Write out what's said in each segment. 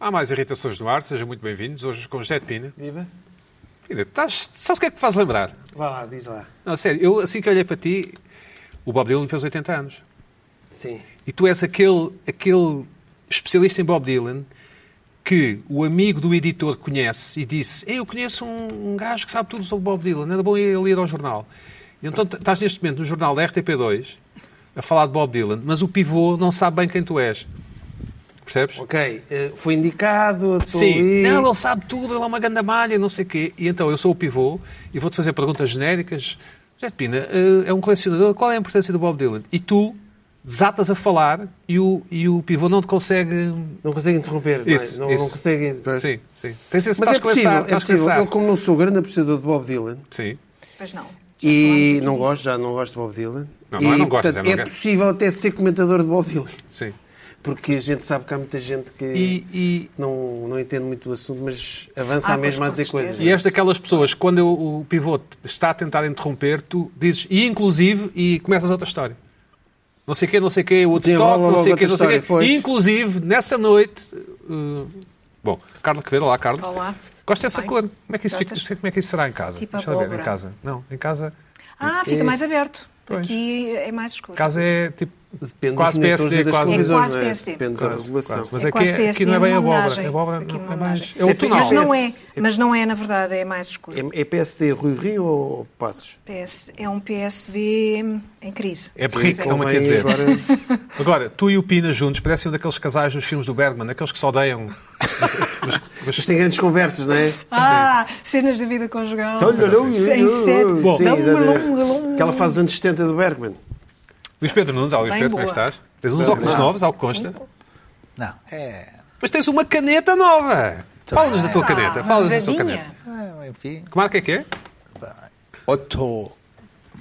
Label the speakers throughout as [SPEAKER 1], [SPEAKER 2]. [SPEAKER 1] Há mais irritações no ar, sejam muito bem-vindos. Hoje com José de Pina.
[SPEAKER 2] Viva.
[SPEAKER 1] Pina, estás... sabes o que é que te faz lembrar?
[SPEAKER 2] Vá lá, diz lá.
[SPEAKER 1] Não, sério, eu assim que olhei para ti, o Bob Dylan fez 80 anos.
[SPEAKER 2] Sim.
[SPEAKER 1] E tu és aquele, aquele especialista em Bob Dylan que o amigo do editor conhece e disse: "Ei, Eu conheço um, um gajo que sabe tudo sobre Bob Dylan, era bom ele ir ao jornal. E então t- estás neste momento no jornal da RTP2 a falar de Bob Dylan, mas o pivô não sabe bem quem tu és. Percebes?
[SPEAKER 2] Ok, eh, fui indicado, estou
[SPEAKER 1] Sim,
[SPEAKER 2] ali.
[SPEAKER 1] não, ele sabe tudo, ele é uma grande malha, não sei o quê. E então eu sou o pivô e vou-te fazer perguntas genéricas. José de Pina, eh, é um colecionador, qual é a importância do Bob Dylan? E tu desatas a falar e o, e o pivô não te consegue.
[SPEAKER 2] Não consigo interromper, não é?
[SPEAKER 1] Isso,
[SPEAKER 2] não,
[SPEAKER 1] isso.
[SPEAKER 2] não consigo interromper.
[SPEAKER 1] Sim, sim. Tens esse
[SPEAKER 2] É.
[SPEAKER 1] estás
[SPEAKER 2] Mas é possível,
[SPEAKER 1] cansado,
[SPEAKER 2] é
[SPEAKER 1] estás
[SPEAKER 2] possível.
[SPEAKER 1] cansado.
[SPEAKER 2] Eu, como não sou grande apreciador de Bob Dylan,
[SPEAKER 1] Sim.
[SPEAKER 3] Pois não. Já
[SPEAKER 2] e
[SPEAKER 3] falámos
[SPEAKER 2] não
[SPEAKER 3] aqui
[SPEAKER 2] gosto, já não gosto de Bob Dylan.
[SPEAKER 1] Não,
[SPEAKER 2] e,
[SPEAKER 1] não é não gostas,
[SPEAKER 2] portanto,
[SPEAKER 1] é não
[SPEAKER 2] é
[SPEAKER 1] quer-
[SPEAKER 2] possível até ser comentador de Bob Dylan.
[SPEAKER 1] Sim.
[SPEAKER 2] Porque a gente sabe que há muita gente que
[SPEAKER 1] E, e,
[SPEAKER 2] não, não entende muito o assunto, mas avança
[SPEAKER 3] Ah,
[SPEAKER 2] à mesma a
[SPEAKER 3] pois, com
[SPEAKER 2] dizer
[SPEAKER 3] certeza.
[SPEAKER 2] coisas. é?
[SPEAKER 1] e és daquelas pessoas, que quando eu- o pivô te está a tentar interromper, tu dizes, e inclusive, e começas outra história. Não sei o quê, não sei o quê, outro
[SPEAKER 2] Desenrola
[SPEAKER 1] estoque, não
[SPEAKER 2] logo
[SPEAKER 1] sei o quê,
[SPEAKER 2] outra
[SPEAKER 1] não sei o quê.
[SPEAKER 2] história, pois.
[SPEAKER 1] E inclusive, nessa noite... eh, bom, Carla Quevedo, olá, Carla.
[SPEAKER 3] isso. Olá.
[SPEAKER 1] Gosto dessa
[SPEAKER 3] Bem,
[SPEAKER 1] cor. Como é que isso, fica,
[SPEAKER 3] gostas?
[SPEAKER 1] como é que isso será em casa?
[SPEAKER 3] Tipo
[SPEAKER 1] Deixa eu ver, em
[SPEAKER 3] abóbora.
[SPEAKER 1] casa. Não, em casa...
[SPEAKER 3] Ah, fica mais aberto.
[SPEAKER 1] Pois.
[SPEAKER 3] Aqui é mais escuro.
[SPEAKER 1] Casa é tipo...
[SPEAKER 2] Depende
[SPEAKER 1] Quase
[SPEAKER 2] dos monitores
[SPEAKER 1] PSD,
[SPEAKER 2] e das
[SPEAKER 1] quase-
[SPEAKER 2] televisões,
[SPEAKER 3] É quase
[SPEAKER 2] não
[SPEAKER 3] PSD.
[SPEAKER 2] Depende da
[SPEAKER 1] Quase,
[SPEAKER 2] regulação.
[SPEAKER 1] quase. Mas é,
[SPEAKER 3] É
[SPEAKER 1] que,
[SPEAKER 3] quase
[SPEAKER 1] é-
[SPEAKER 3] PSD,
[SPEAKER 1] aqui não é
[SPEAKER 3] uma
[SPEAKER 1] bem abóbora.
[SPEAKER 3] homenagem.
[SPEAKER 1] É abóbora
[SPEAKER 3] Aqui
[SPEAKER 1] não,
[SPEAKER 3] uma
[SPEAKER 1] é mais...
[SPEAKER 3] homenagem.
[SPEAKER 1] É o
[SPEAKER 2] Sempre-
[SPEAKER 1] túnel.
[SPEAKER 3] Mas não é,
[SPEAKER 2] PS.
[SPEAKER 3] mas não é na verdade, é mais escuro.
[SPEAKER 2] É, é PSD Rui Rio ou Passos?
[SPEAKER 3] PS é um PSD em crise.
[SPEAKER 1] É berrico, estão aqui a
[SPEAKER 2] Convém
[SPEAKER 1] dizer.
[SPEAKER 2] Então agora-
[SPEAKER 1] Agora, tu e o Pina juntos parecem um daqueles casais nos filmes do Bergman, aqueles que se odeiam. Mas- mas-
[SPEAKER 2] Mas tem grandes conversas, não é?
[SPEAKER 3] Ah, cenas da vida conjugal.
[SPEAKER 2] Então, olha, olha,
[SPEAKER 3] Sim,
[SPEAKER 2] olha,
[SPEAKER 3] sete.
[SPEAKER 2] olha,
[SPEAKER 3] Bom.
[SPEAKER 2] sim,
[SPEAKER 3] Longa,
[SPEAKER 2] exatamente.
[SPEAKER 3] longa, longa.
[SPEAKER 2] Aquela fase dos anos 70 do Bergman.
[SPEAKER 1] Luís Pedro Nunes, olá Luís
[SPEAKER 3] Bem
[SPEAKER 1] Pedro, como é que
[SPEAKER 3] boa.
[SPEAKER 1] estás? Tens uns óculos novos, ao que consta.
[SPEAKER 4] Não, é.
[SPEAKER 1] Mas tens uma caneta nova. Fala-nos da tua
[SPEAKER 3] Ah,
[SPEAKER 1] caneta. Fala-nos da tua
[SPEAKER 3] ousadinha.
[SPEAKER 1] caneta.
[SPEAKER 4] ah, Enfim.
[SPEAKER 1] Que marca é que é?
[SPEAKER 4] Otto.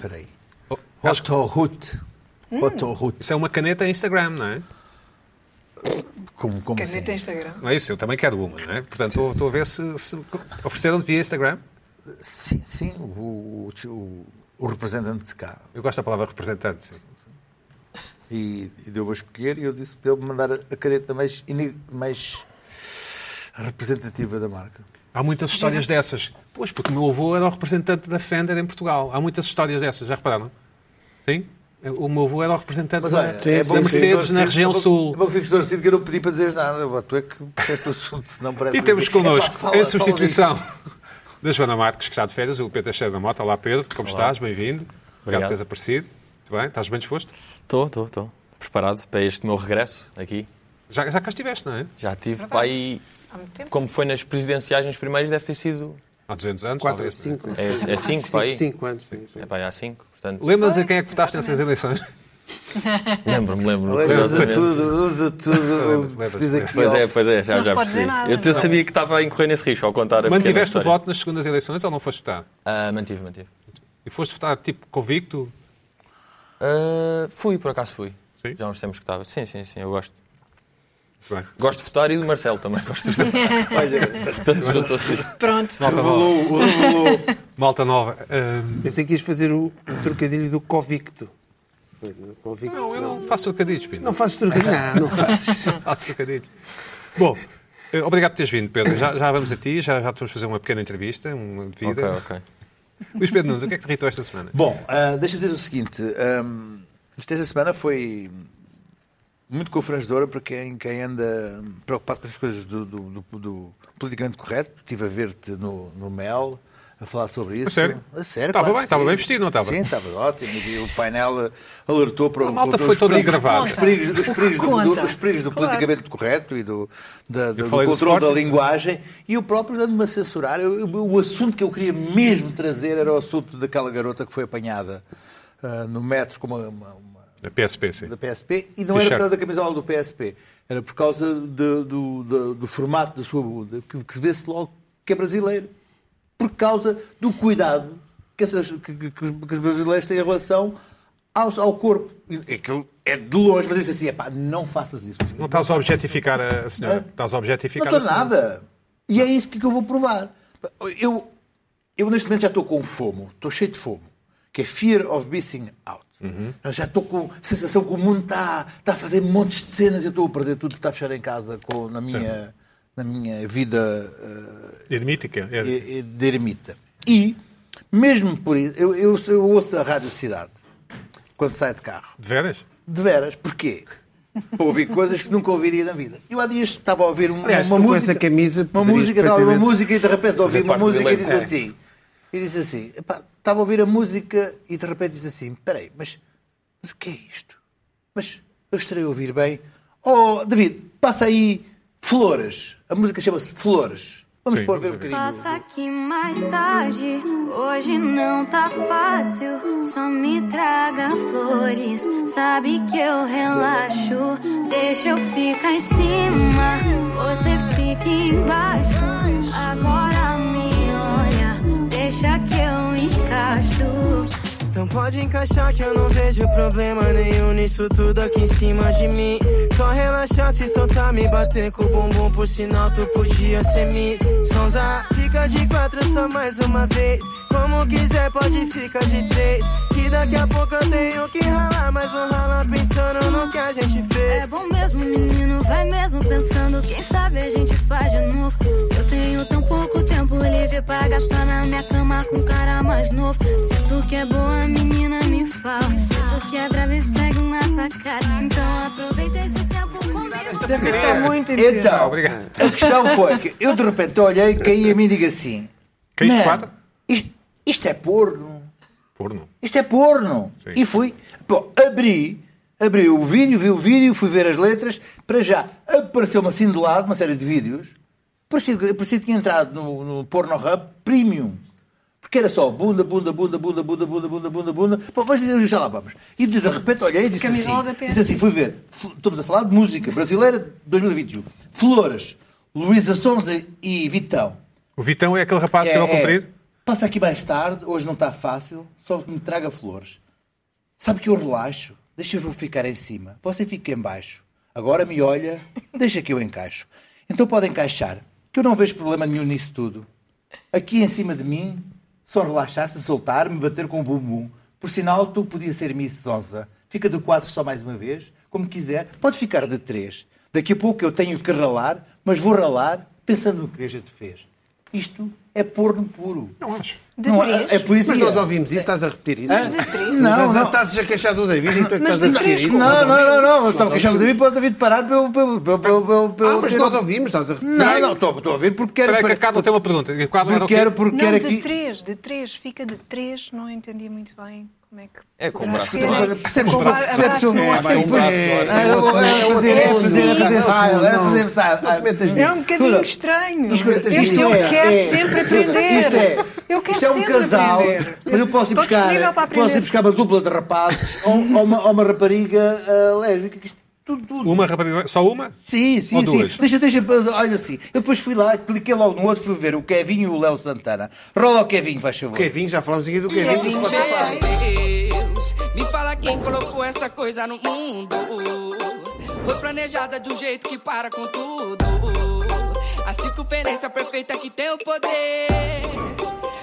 [SPEAKER 4] Peraí.
[SPEAKER 1] Oh, acho que
[SPEAKER 4] Otto Hut. Otto Hut.
[SPEAKER 1] Isso é uma caneta Instagram, não é?
[SPEAKER 4] Como, como assim?
[SPEAKER 3] Caneta Instagram.
[SPEAKER 1] Não é isso, eu também quero uma, não é? Portanto, estou- estou a ver se, se ofereceram-te via Instagram.
[SPEAKER 4] Sim, sim. O, o, o- o representante de cá.
[SPEAKER 1] Eu gosto da palavra representante. sim.
[SPEAKER 4] E, e deu-me a escolher e eu disse para ele me mandar a caneta mais, ini- mais representativa da marca.
[SPEAKER 1] Há muitas histórias dessas. Pois, porque o meu avô era o representante da Fender em Portugal. Há muitas histórias dessas, já repararam? Sim? O meu avô era o representante da,
[SPEAKER 2] sim,
[SPEAKER 1] da
[SPEAKER 2] sim,
[SPEAKER 1] Mercedes
[SPEAKER 4] é sim.
[SPEAKER 1] na região
[SPEAKER 4] É bom-
[SPEAKER 1] sul.
[SPEAKER 4] É bom que fico esclarecido que eu não pedi para dizeres nada. Pá, Tu é que puxaste o assunto, senão parece.
[SPEAKER 1] E temos
[SPEAKER 4] É pá,
[SPEAKER 1] connosco,
[SPEAKER 4] fala-
[SPEAKER 1] em
[SPEAKER 4] fala
[SPEAKER 1] substituição da Joana Marques, que está de férias, o Pedro Teixeira da Mota. Olá, Pedro, como estás? Bem-vindo. Obrigado por
[SPEAKER 5] Obrigado.
[SPEAKER 1] teres aparecido. Muito bem, estás bem disposto?
[SPEAKER 5] Estou, estou, estou. Preparado para este meu regresso aqui.
[SPEAKER 1] Já, já cá estiveste, não é?
[SPEAKER 5] Já tive pá, e
[SPEAKER 3] Há muito tempo.
[SPEAKER 5] como foi nas presidenciais, nos primeiros, deve ter sido.
[SPEAKER 1] Há 200 anos,
[SPEAKER 2] 4 ou
[SPEAKER 1] talvez, não é?
[SPEAKER 2] 5.
[SPEAKER 5] É, é cinco, pá, aí.
[SPEAKER 2] 5 anos. sim, sim.
[SPEAKER 5] É pá, há cinco. Portanto,
[SPEAKER 1] Lembra-nos a quem é que votaste nessas eleições?
[SPEAKER 5] lembro-me, lembro-me.
[SPEAKER 4] Olha, Usa
[SPEAKER 5] exatamente.
[SPEAKER 4] tudo, usa tudo. o que se diz aqui
[SPEAKER 5] Pois é,
[SPEAKER 4] off.
[SPEAKER 5] pois é, já,
[SPEAKER 3] Não se
[SPEAKER 5] já
[SPEAKER 3] pode dizer
[SPEAKER 5] percebi.
[SPEAKER 3] nada,
[SPEAKER 5] eu te-
[SPEAKER 3] não é?
[SPEAKER 5] sabia que estava a incorrer nesse risco ao contar a pequena
[SPEAKER 1] Mantiveste o
[SPEAKER 5] história.
[SPEAKER 1] voto nas segundas eleições ou não foste votar?
[SPEAKER 5] Ah, mantive, mantive.
[SPEAKER 1] E foste votar, tipo, convicto?
[SPEAKER 5] Ah, fui, por acaso fui.
[SPEAKER 1] Sim?
[SPEAKER 5] Já há uns tempos que estava. Sim, sim, sim, eu gosto.
[SPEAKER 1] Muito bem.
[SPEAKER 5] Gosto de votar e do Marcelo também, gosto dos dois.
[SPEAKER 2] Olha,
[SPEAKER 5] Portanto, juntou-se isso.
[SPEAKER 3] Pronto.
[SPEAKER 2] revelou, revelou.
[SPEAKER 1] Malta nova. ahm,
[SPEAKER 2] Pensei que ias fazer o, o trocadilho do Covicto. Foi, não, Convicto,
[SPEAKER 1] Não, eu
[SPEAKER 2] não.
[SPEAKER 1] não faço trocadilhos, Pino.
[SPEAKER 2] Não fazes trocadilho. Não, não fazes.
[SPEAKER 1] Não faço trocadilhos. Bom, eh, obrigado por teres vindo, Pedro. Já, já vamos a ti, já, já te vamos fazer uma pequena entrevista, uma de
[SPEAKER 5] Ok,
[SPEAKER 1] vida.
[SPEAKER 5] ok.
[SPEAKER 1] Luís Pedro Nunes, o que é que te irritou esta semana?
[SPEAKER 4] Bom, ah, deixa-me dizer o seguinte. ahm, isto esta semana foi muito confrangedora para quem, quem anda preocupado com as coisas do, do, do- do politicamente correto. Estive a ver-te no, no Mel a falar sobre isso.
[SPEAKER 1] sério?
[SPEAKER 4] A sério,
[SPEAKER 1] Estava
[SPEAKER 4] claro
[SPEAKER 1] bem,
[SPEAKER 4] que
[SPEAKER 1] estava
[SPEAKER 4] sim.
[SPEAKER 1] bem vestido, não estava?
[SPEAKER 4] Sim, estava ótimo. E o painel alertou para
[SPEAKER 1] A malta
[SPEAKER 4] para
[SPEAKER 1] foi
[SPEAKER 4] os
[SPEAKER 1] toda
[SPEAKER 4] perigos-
[SPEAKER 1] gravada.
[SPEAKER 4] Os perigos, os perigos do,
[SPEAKER 3] Conta.
[SPEAKER 4] do- os perigos do
[SPEAKER 3] Claro.
[SPEAKER 4] politicamente correto e do, da, do, do
[SPEAKER 1] falei do
[SPEAKER 4] controle da
[SPEAKER 1] Sporting.
[SPEAKER 4] linguagem e o próprio dando-me a censurar. Eu- eu- o assunto que eu queria mesmo trazer era o assunto daquela garota que foi apanhada ah, no metro com uma, uma- uma-
[SPEAKER 1] Da PSP, sim.
[SPEAKER 4] da PSP e não era
[SPEAKER 1] T-shirt.
[SPEAKER 4] por causa da camisola do PSP, era por causa de- do, do- do formato da sua bunda, que, que se vê-se logo que é brasileiro. Por causa do cuidado que, essas- que- que- que os- que os brasileiros têm em relação ao, ao corpo. E Aquilo é de longe, mas isso assim, epá, não faças isso.
[SPEAKER 1] Não estás a objetificar a a senhora?
[SPEAKER 4] Hã?
[SPEAKER 1] Estás a
[SPEAKER 4] Não
[SPEAKER 1] objetificar
[SPEAKER 4] estou
[SPEAKER 1] a senhora?
[SPEAKER 4] nada. E é isso que eu vou provar. Eu, eu neste momento já estou com fomo, estou cheio de fomo, que é fear of missing out. Eu já estou com a sensação que o mundo está, está a fazer montes de cenas e eu estou a perder tudo que está a fechar em casa com, na minha na minha vida
[SPEAKER 1] Ermítica? É
[SPEAKER 4] eh, eh, de ermita. E, mesmo por isso, eu, eu- eu ouço a Rádio Cidade quando saio de carro.
[SPEAKER 1] De veras?
[SPEAKER 4] De veras, porquê? Para ouvir coisas que nunca ouviria na vida. Eu há dias estava a ouvir um-
[SPEAKER 2] Aliás,
[SPEAKER 4] uma
[SPEAKER 2] tu com
[SPEAKER 4] música.
[SPEAKER 2] essa camisa
[SPEAKER 4] uma
[SPEAKER 2] poderias
[SPEAKER 4] música, estava a ouvir
[SPEAKER 2] perfeitamente-
[SPEAKER 4] uma música e de repente ouvi
[SPEAKER 5] Fazer
[SPEAKER 4] uma
[SPEAKER 5] parte do
[SPEAKER 4] música e
[SPEAKER 5] elenco.
[SPEAKER 4] disse assim. E disse assim. epá, estava a ouvir a música e de repente disse assim: peraí, mas, mas o que é isto? Mas eu estarei a ouvir bem. Oh, David, passa aí Flores. A música chama-se Flores. Vamos
[SPEAKER 1] Sim,
[SPEAKER 4] pôr ver um
[SPEAKER 1] vamos ver.
[SPEAKER 4] bocadinho.
[SPEAKER 6] Passa aqui mais tarde, hoje não tá fácil. Só me traga flores, sabe que eu relaxo. Deixa eu ficar em cima, você fica embaixo. Agora me olha, deixa que eu encaixo.
[SPEAKER 7] Então pode encaixar que eu não vejo problema nenhum nisso tudo aqui em cima de mim. Só relaxar, se soltar, me bater com o bumbum, por sinal tu podia ser miss. Sonza, fica de quatro só mais uma vez. Como quiser, pode ficar de três. Que daqui a pouco eu tenho que ralar, mas vou ralar pensando no que a gente fez.
[SPEAKER 6] É bom mesmo, menino, vai mesmo pensando. Quem sabe a gente faz de novo. Eu tenho tão pouco tempo livre pra gastar na minha cama com um cara mais novo. Se tu que é boa, menina, me fala. Se tu que é brava, e segue na tua cara. Então aproveita esse tempo comigo.
[SPEAKER 3] David está muito entusiasmado.
[SPEAKER 4] Então,
[SPEAKER 1] obrigado.
[SPEAKER 4] a questão foi que eu de repente olhei, caí a mim e digo assim:
[SPEAKER 1] Caíste
[SPEAKER 4] "Man,
[SPEAKER 1] quatro?
[SPEAKER 4] Isto, isto é porno.
[SPEAKER 1] Porno.
[SPEAKER 4] Isto é porno.
[SPEAKER 1] Sim.
[SPEAKER 4] E fui. Bom, abri, abri o vídeo, vi o vídeo, fui ver as letras. Para já apareceu-me assim de lado uma série de vídeos. Parecia, que- parecia que tinha entrado no, no Pornhub Premium. Porque era só bunda, bunda, bunda, bunda, bunda, bunda, bunda, bunda, bunda. Bom, mas já lá vamos. E de, de repente olhei e disse assim,
[SPEAKER 3] Camisola da PS.
[SPEAKER 4] disse assim, fui ver. F- Estamos a falar de música brasileira de 2021. Flores, Luísa Sonza e Vitão.
[SPEAKER 1] O Vitão é aquele rapaz que vai cumprir?
[SPEAKER 4] Passa aqui mais tarde, hoje não está fácil, só que me traga flores. Sabe que eu relaxo, deixa eu ficar em cima, você fica em baixo. Agora me olha, deixa que eu encaixo. Então pode encaixar, que eu não vejo problema nenhum nisso tudo. Aqui em cima de mim, só relaxar-se, soltar-me, bater com o bumbum. Por sinal, tu podia ser Miss Sonza. Fica de quatro só mais uma vez, como quiser. Pode ficar de três. Daqui a pouco eu tenho que ralar, mas vou ralar pensando no que a gente fez. Isto é porno puro.
[SPEAKER 1] Não acho.
[SPEAKER 3] De
[SPEAKER 4] Não,
[SPEAKER 3] três?
[SPEAKER 4] é, é por isso
[SPEAKER 2] Mas
[SPEAKER 4] que
[SPEAKER 2] nós
[SPEAKER 4] é.
[SPEAKER 2] ouvimos isso, estás a repetir isso?
[SPEAKER 4] Ah, Não, não.
[SPEAKER 2] Estás a queixar do David e tu é que
[SPEAKER 3] Mas
[SPEAKER 2] estás a
[SPEAKER 3] de
[SPEAKER 2] repetir
[SPEAKER 3] três
[SPEAKER 2] isso?
[SPEAKER 4] Não, não, não, não. Eu Estava queixando o David para o David parar para eu. Para eu, para eu, para eu, para eu- para eu
[SPEAKER 2] Ah, mas
[SPEAKER 4] ter-
[SPEAKER 2] nós ouvimos, estás a repetir.
[SPEAKER 4] Não, não, estou estou a ouvir porque quero.
[SPEAKER 1] Espera aí que a
[SPEAKER 4] para-
[SPEAKER 1] Carla tem uma pergunta. A Carla era o
[SPEAKER 4] Porque
[SPEAKER 1] quê?
[SPEAKER 4] quero, porque
[SPEAKER 3] Não,
[SPEAKER 4] quero
[SPEAKER 3] de
[SPEAKER 4] aqui.
[SPEAKER 3] três, de três, fica de três, não entendi muito bem como é que.
[SPEAKER 5] É com o
[SPEAKER 3] poderá
[SPEAKER 5] braço
[SPEAKER 3] ser.
[SPEAKER 5] de lado.
[SPEAKER 4] Percebes
[SPEAKER 3] Com
[SPEAKER 4] como
[SPEAKER 3] a-
[SPEAKER 4] percebes
[SPEAKER 3] abraço
[SPEAKER 4] como
[SPEAKER 3] no
[SPEAKER 4] é
[SPEAKER 3] ar.
[SPEAKER 4] que tem
[SPEAKER 5] um braço
[SPEAKER 4] É,
[SPEAKER 5] fora.
[SPEAKER 4] é, é, é fazer, é fazer, é fazer raio, é
[SPEAKER 2] Não.
[SPEAKER 4] fazer Ah, sabe?
[SPEAKER 2] Não te metas
[SPEAKER 3] É um
[SPEAKER 2] nisso.
[SPEAKER 3] bocadinho estranho.
[SPEAKER 4] Isto é-
[SPEAKER 3] Este eu
[SPEAKER 4] é-
[SPEAKER 3] quero
[SPEAKER 4] é-
[SPEAKER 3] sempre aprender.
[SPEAKER 4] Isto é,
[SPEAKER 3] Eu quero
[SPEAKER 4] isto é um
[SPEAKER 3] sempre
[SPEAKER 4] casal.
[SPEAKER 3] aprender.
[SPEAKER 4] Mas eu posso ir
[SPEAKER 3] Estou disponível para
[SPEAKER 4] buscar,
[SPEAKER 3] aprender.
[SPEAKER 4] posso ir buscar uma dupla de rapazes ou, ou uma, ou uma rapariga ah, lésbica. que Isto, tudo, tudo.
[SPEAKER 1] Uma rapariga. Só uma?
[SPEAKER 4] Sim, sim,
[SPEAKER 1] Ou
[SPEAKER 4] sim.
[SPEAKER 1] duas?
[SPEAKER 4] Deixa, deixa, olha assim. Eu depois fui lá, cliquei logo no outro para ver o Kevin e o Léo Santana. Rola o Kevin, faz favor.
[SPEAKER 2] O Kevin, já falámos aqui do Kevin do Spotify.
[SPEAKER 8] Deus, me fala quem colocou essa coisa no mundo. Foi planejada de um jeito que para com tudo. A circunferência perfeita que tem o poder.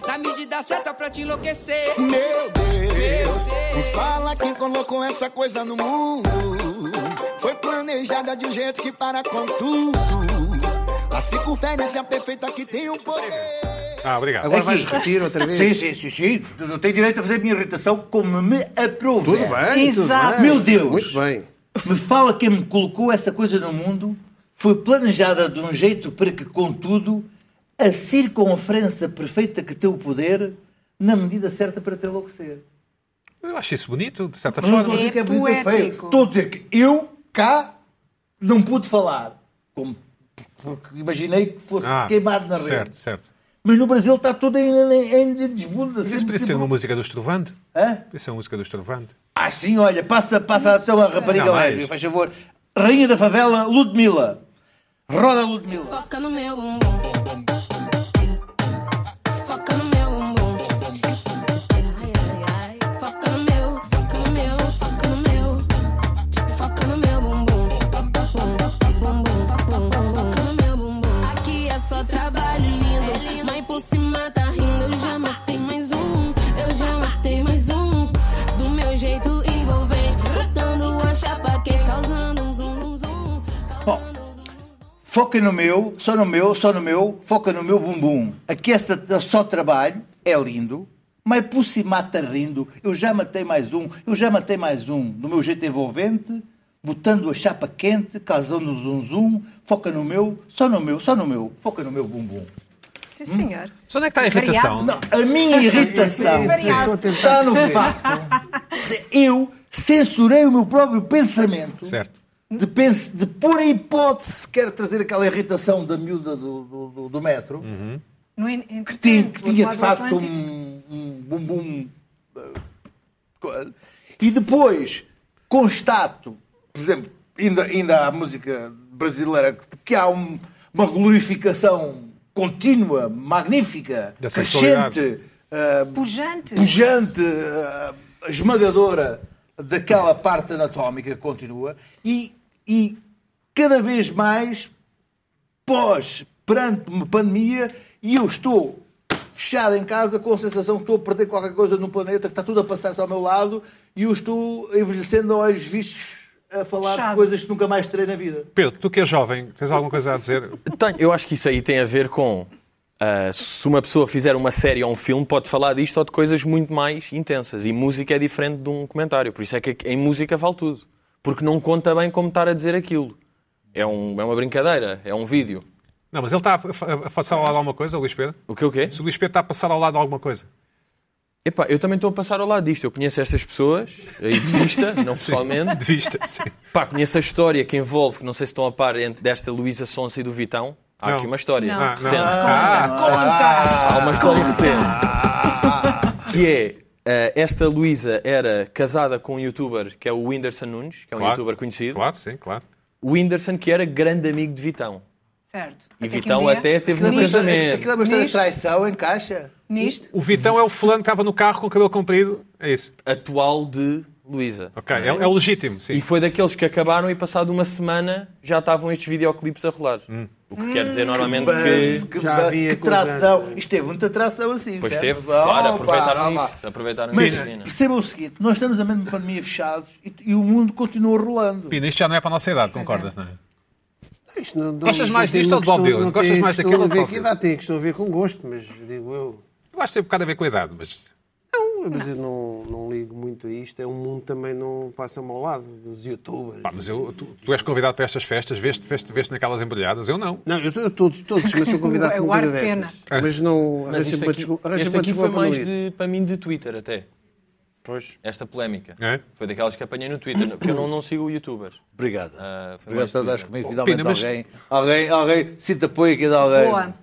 [SPEAKER 8] Na medida certa pra te enlouquecer.
[SPEAKER 9] Meu Deus,
[SPEAKER 8] Meu
[SPEAKER 9] me
[SPEAKER 8] Deus.
[SPEAKER 9] fala quem colocou essa coisa no mundo. Foi planejada de um jeito que para com tudo. A circunferência perfeita que tem um poder.
[SPEAKER 1] Ah, obrigado.
[SPEAKER 2] Agora
[SPEAKER 4] Aqui.
[SPEAKER 2] vais repetir outra vez?
[SPEAKER 4] Sim, sim, sim, sim. Eu tenho direito a fazer a minha irritação como me
[SPEAKER 2] Tudo
[SPEAKER 4] aprouver.
[SPEAKER 2] bem,
[SPEAKER 3] Exato.
[SPEAKER 2] tudo bem.
[SPEAKER 4] Meu Deus.
[SPEAKER 2] Muito bem.
[SPEAKER 4] Me fala quem me colocou essa coisa no mundo foi planejada de um jeito para que, contudo, a circunferência perfeita que tem o poder na medida certa para te enlouquecer.
[SPEAKER 1] Eu acho isso bonito, de certa
[SPEAKER 4] Mas não
[SPEAKER 1] forma.
[SPEAKER 4] estou a dizer que é bonito ou feio.
[SPEAKER 3] poético.
[SPEAKER 4] Estou a dizer que eu, cá, não pude falar. Como- porque imaginei que fosse
[SPEAKER 1] Ah,
[SPEAKER 4] queimado na rede.
[SPEAKER 1] Certo, certo.
[SPEAKER 4] Mas no Brasil está tudo em, em, em desbunda.
[SPEAKER 1] Mas isso
[SPEAKER 4] sempre-
[SPEAKER 1] podia ser um- uma música do Estrovante?
[SPEAKER 4] Hã?
[SPEAKER 1] Podia ser uma música do Estrovante.
[SPEAKER 4] Ah, sim, olha, passa, passa até uma rapariga
[SPEAKER 1] Não, mais.
[SPEAKER 4] lésbica, faz favor. Rainha da favela, Ludmila. Roda Ludmila.
[SPEAKER 6] Foca no meu bumbum. Foca no meu bumbum. Ai, ai, ai. Foca no meu, foca no meu, foca no meu. Tipo, Foca no meu bumbum. Bumbum, bumbum, bumbum, bumbum. Foca no meu bumbum. Aqui é só trabalho lindo. Mãe por cima tá rindo. Eu já matei mais um. Eu já matei mais um. Do meu jeito envolvente. Botando a chapa quente. Causando um zum, zum, zum. Causando um zum, zum.
[SPEAKER 4] Foca no meu, só no meu, só no meu, foca no meu bumbum. Aqueça só trabalho, é lindo. Mas por se mata rindo, eu já matei mais um, eu já matei mais um, do meu jeito envolvente, botando a chapa quente, causando um zum zum, foca no meu, só no meu, só no meu, foca no meu bumbum.
[SPEAKER 3] Sim, senhor.
[SPEAKER 1] Só onde é que está a irritação?
[SPEAKER 4] Não, a minha irritação
[SPEAKER 3] Variado.
[SPEAKER 4] está no facto de eu censurei o meu próprio pensamento
[SPEAKER 1] Certo.
[SPEAKER 4] de, pens- de pôr a hipótese sequer trazer aquela irritação da miúda do, do, do- do metro
[SPEAKER 3] No en-
[SPEAKER 4] que, tinha,
[SPEAKER 3] entretanto,
[SPEAKER 4] que
[SPEAKER 3] do
[SPEAKER 4] tinha de
[SPEAKER 3] outro lado do
[SPEAKER 4] facto
[SPEAKER 3] Atlântico,
[SPEAKER 4] um, um bumbum. eh, co- E depois constato, por exemplo, ainda, ainda há música brasileira que, que há um- uma glorificação contínua, magnífica,
[SPEAKER 1] Da sexualidade.
[SPEAKER 4] crescente, eh,
[SPEAKER 3] Pujante.
[SPEAKER 4] pujante, eh, esmagadora daquela parte anatómica que continua e, e cada vez mais pós, perante uma pandemia e eu estou fechado em casa com a sensação que estou a perder qualquer coisa no planeta, que está tudo a passar-se ao meu lado e eu estou envelhecendo a olhos vistos a falar de
[SPEAKER 3] Fechado.
[SPEAKER 4] coisas que nunca mais terei na vida.
[SPEAKER 1] Pedro, tu que és jovem, tens alguma coisa a dizer?
[SPEAKER 5] Tenho- eu acho que isso aí tem a ver com ah, se uma pessoa fizer uma série ou um filme, pode falar disto ou de coisas muito mais intensas. E música é diferente de um comentário. Por isso é que em música vale tudo. Porque não conta bem como estar a dizer aquilo. É, um- é uma brincadeira, é um vídeo.
[SPEAKER 1] Não, mas ele está a fa- a passar ao lado de alguma coisa, o Luís Pedro?
[SPEAKER 5] O que o quê?
[SPEAKER 1] Se o Luís Pedro está a passar ao lado de alguma coisa.
[SPEAKER 5] Epá, eu também estou a passar ao lado disto. Eu conheço estas pessoas, a hipotista, não pessoalmente.
[SPEAKER 1] De vista, sim.
[SPEAKER 5] Pá, conheço a história que envolve, não sei se estão a par, entre- desta Luísa Sonsa e do Vitão. Há
[SPEAKER 1] Não.
[SPEAKER 5] aqui uma história
[SPEAKER 3] Não. Ah,
[SPEAKER 5] recente.
[SPEAKER 1] Ah,
[SPEAKER 5] Há uma história recente. Ah. Que é, eh, esta Luísa era casada com um youtuber que é o Whindersson Nunes, que é um
[SPEAKER 1] Claro.
[SPEAKER 5] youtuber conhecido.
[SPEAKER 1] Claro, sim, claro.
[SPEAKER 5] O Whindersson que era grande amigo de Vitão.
[SPEAKER 3] Certo.
[SPEAKER 5] E
[SPEAKER 3] Até que
[SPEAKER 5] Vitão
[SPEAKER 3] um dia,
[SPEAKER 5] até teve um
[SPEAKER 4] Aquilo é uma história-
[SPEAKER 5] casamento.
[SPEAKER 4] aquilo é uma história de
[SPEAKER 3] Nisto.
[SPEAKER 4] traição, encaixa.
[SPEAKER 3] Nisto.
[SPEAKER 1] O Vitão é o fulano que estava no carro com o cabelo comprido. É isso.
[SPEAKER 5] Atual de Luísa.
[SPEAKER 1] Ok, é, é o legítimo,
[SPEAKER 5] E
[SPEAKER 1] sim.
[SPEAKER 5] foi daqueles que acabaram e passado uma semana já estavam estes videoclipes a rolar.
[SPEAKER 1] Hum.
[SPEAKER 5] O que quer
[SPEAKER 3] Hum,
[SPEAKER 5] dizer normalmente
[SPEAKER 4] Mas
[SPEAKER 5] que...
[SPEAKER 4] que,
[SPEAKER 2] Já
[SPEAKER 4] ba-
[SPEAKER 2] havia
[SPEAKER 4] que
[SPEAKER 2] com os anos.
[SPEAKER 4] tração. Isto teve muita tração assim.
[SPEAKER 3] é
[SPEAKER 5] Pois
[SPEAKER 4] certo?
[SPEAKER 5] teve,
[SPEAKER 4] Vá,
[SPEAKER 5] claro,
[SPEAKER 4] vá,
[SPEAKER 5] aproveitaram
[SPEAKER 4] vá.
[SPEAKER 5] isto. Aproveitaram
[SPEAKER 4] Mas
[SPEAKER 5] isto, Nina.
[SPEAKER 4] percebam o seguinte: nós estamos a mesmo pandemia fechados e, e o mundo continua rolando.
[SPEAKER 1] Pina, isto já não é para a nossa idade, concordas, não é?
[SPEAKER 2] Isto não- não-
[SPEAKER 1] Gostas
[SPEAKER 2] não
[SPEAKER 1] mais
[SPEAKER 2] tem
[SPEAKER 1] disto
[SPEAKER 2] uma
[SPEAKER 1] ou de Bob
[SPEAKER 2] questão-
[SPEAKER 1] Dylan?
[SPEAKER 2] não tem
[SPEAKER 1] Gostas mais
[SPEAKER 2] questão
[SPEAKER 1] daquilo
[SPEAKER 2] a
[SPEAKER 1] ou de
[SPEAKER 2] ver
[SPEAKER 1] Bob
[SPEAKER 2] que
[SPEAKER 1] Dylan?
[SPEAKER 2] idade tem questão a ver com gosto, mas digo eu.
[SPEAKER 1] Eu acho que tem um bocado a ver com a idade, mas.
[SPEAKER 2] Não, mas eu não, não ligo muito a isto. É um mundo que também não passa-me ao lado dos youtubers.
[SPEAKER 1] Pá, mas eu, tu, tu és convidado para estas festas, veste, veste, veste naquelas embrulhadas, eu não.
[SPEAKER 2] Não, eu estou todos, todos, mas sou convidado
[SPEAKER 3] É
[SPEAKER 2] para
[SPEAKER 3] o
[SPEAKER 2] uma
[SPEAKER 3] ar
[SPEAKER 2] coisa
[SPEAKER 3] de pena.
[SPEAKER 2] destas.
[SPEAKER 1] É.
[SPEAKER 2] Mas não
[SPEAKER 5] Mas isto
[SPEAKER 2] arranja-me uma
[SPEAKER 5] aqui,
[SPEAKER 2] desculpa.
[SPEAKER 5] este
[SPEAKER 2] Arranja-me uma
[SPEAKER 5] aqui foi
[SPEAKER 2] desculpa para não
[SPEAKER 5] mais
[SPEAKER 2] ir.
[SPEAKER 5] de, para mim de Twitter até.
[SPEAKER 2] Pois.
[SPEAKER 5] Esta polémica.
[SPEAKER 1] É?
[SPEAKER 5] Foi daquelas que apanhei no Twitter, porque eu não, não sigo o youtuber.
[SPEAKER 4] Obrigado.
[SPEAKER 5] Ah, foi
[SPEAKER 4] Obrigado
[SPEAKER 5] mais
[SPEAKER 4] por estás
[SPEAKER 5] tudo.
[SPEAKER 4] comigo.
[SPEAKER 1] Pina,
[SPEAKER 4] Finalmente
[SPEAKER 1] mas-
[SPEAKER 4] alguém, alguém, alguém sinta apoio aqui de alguém.
[SPEAKER 3] Boa.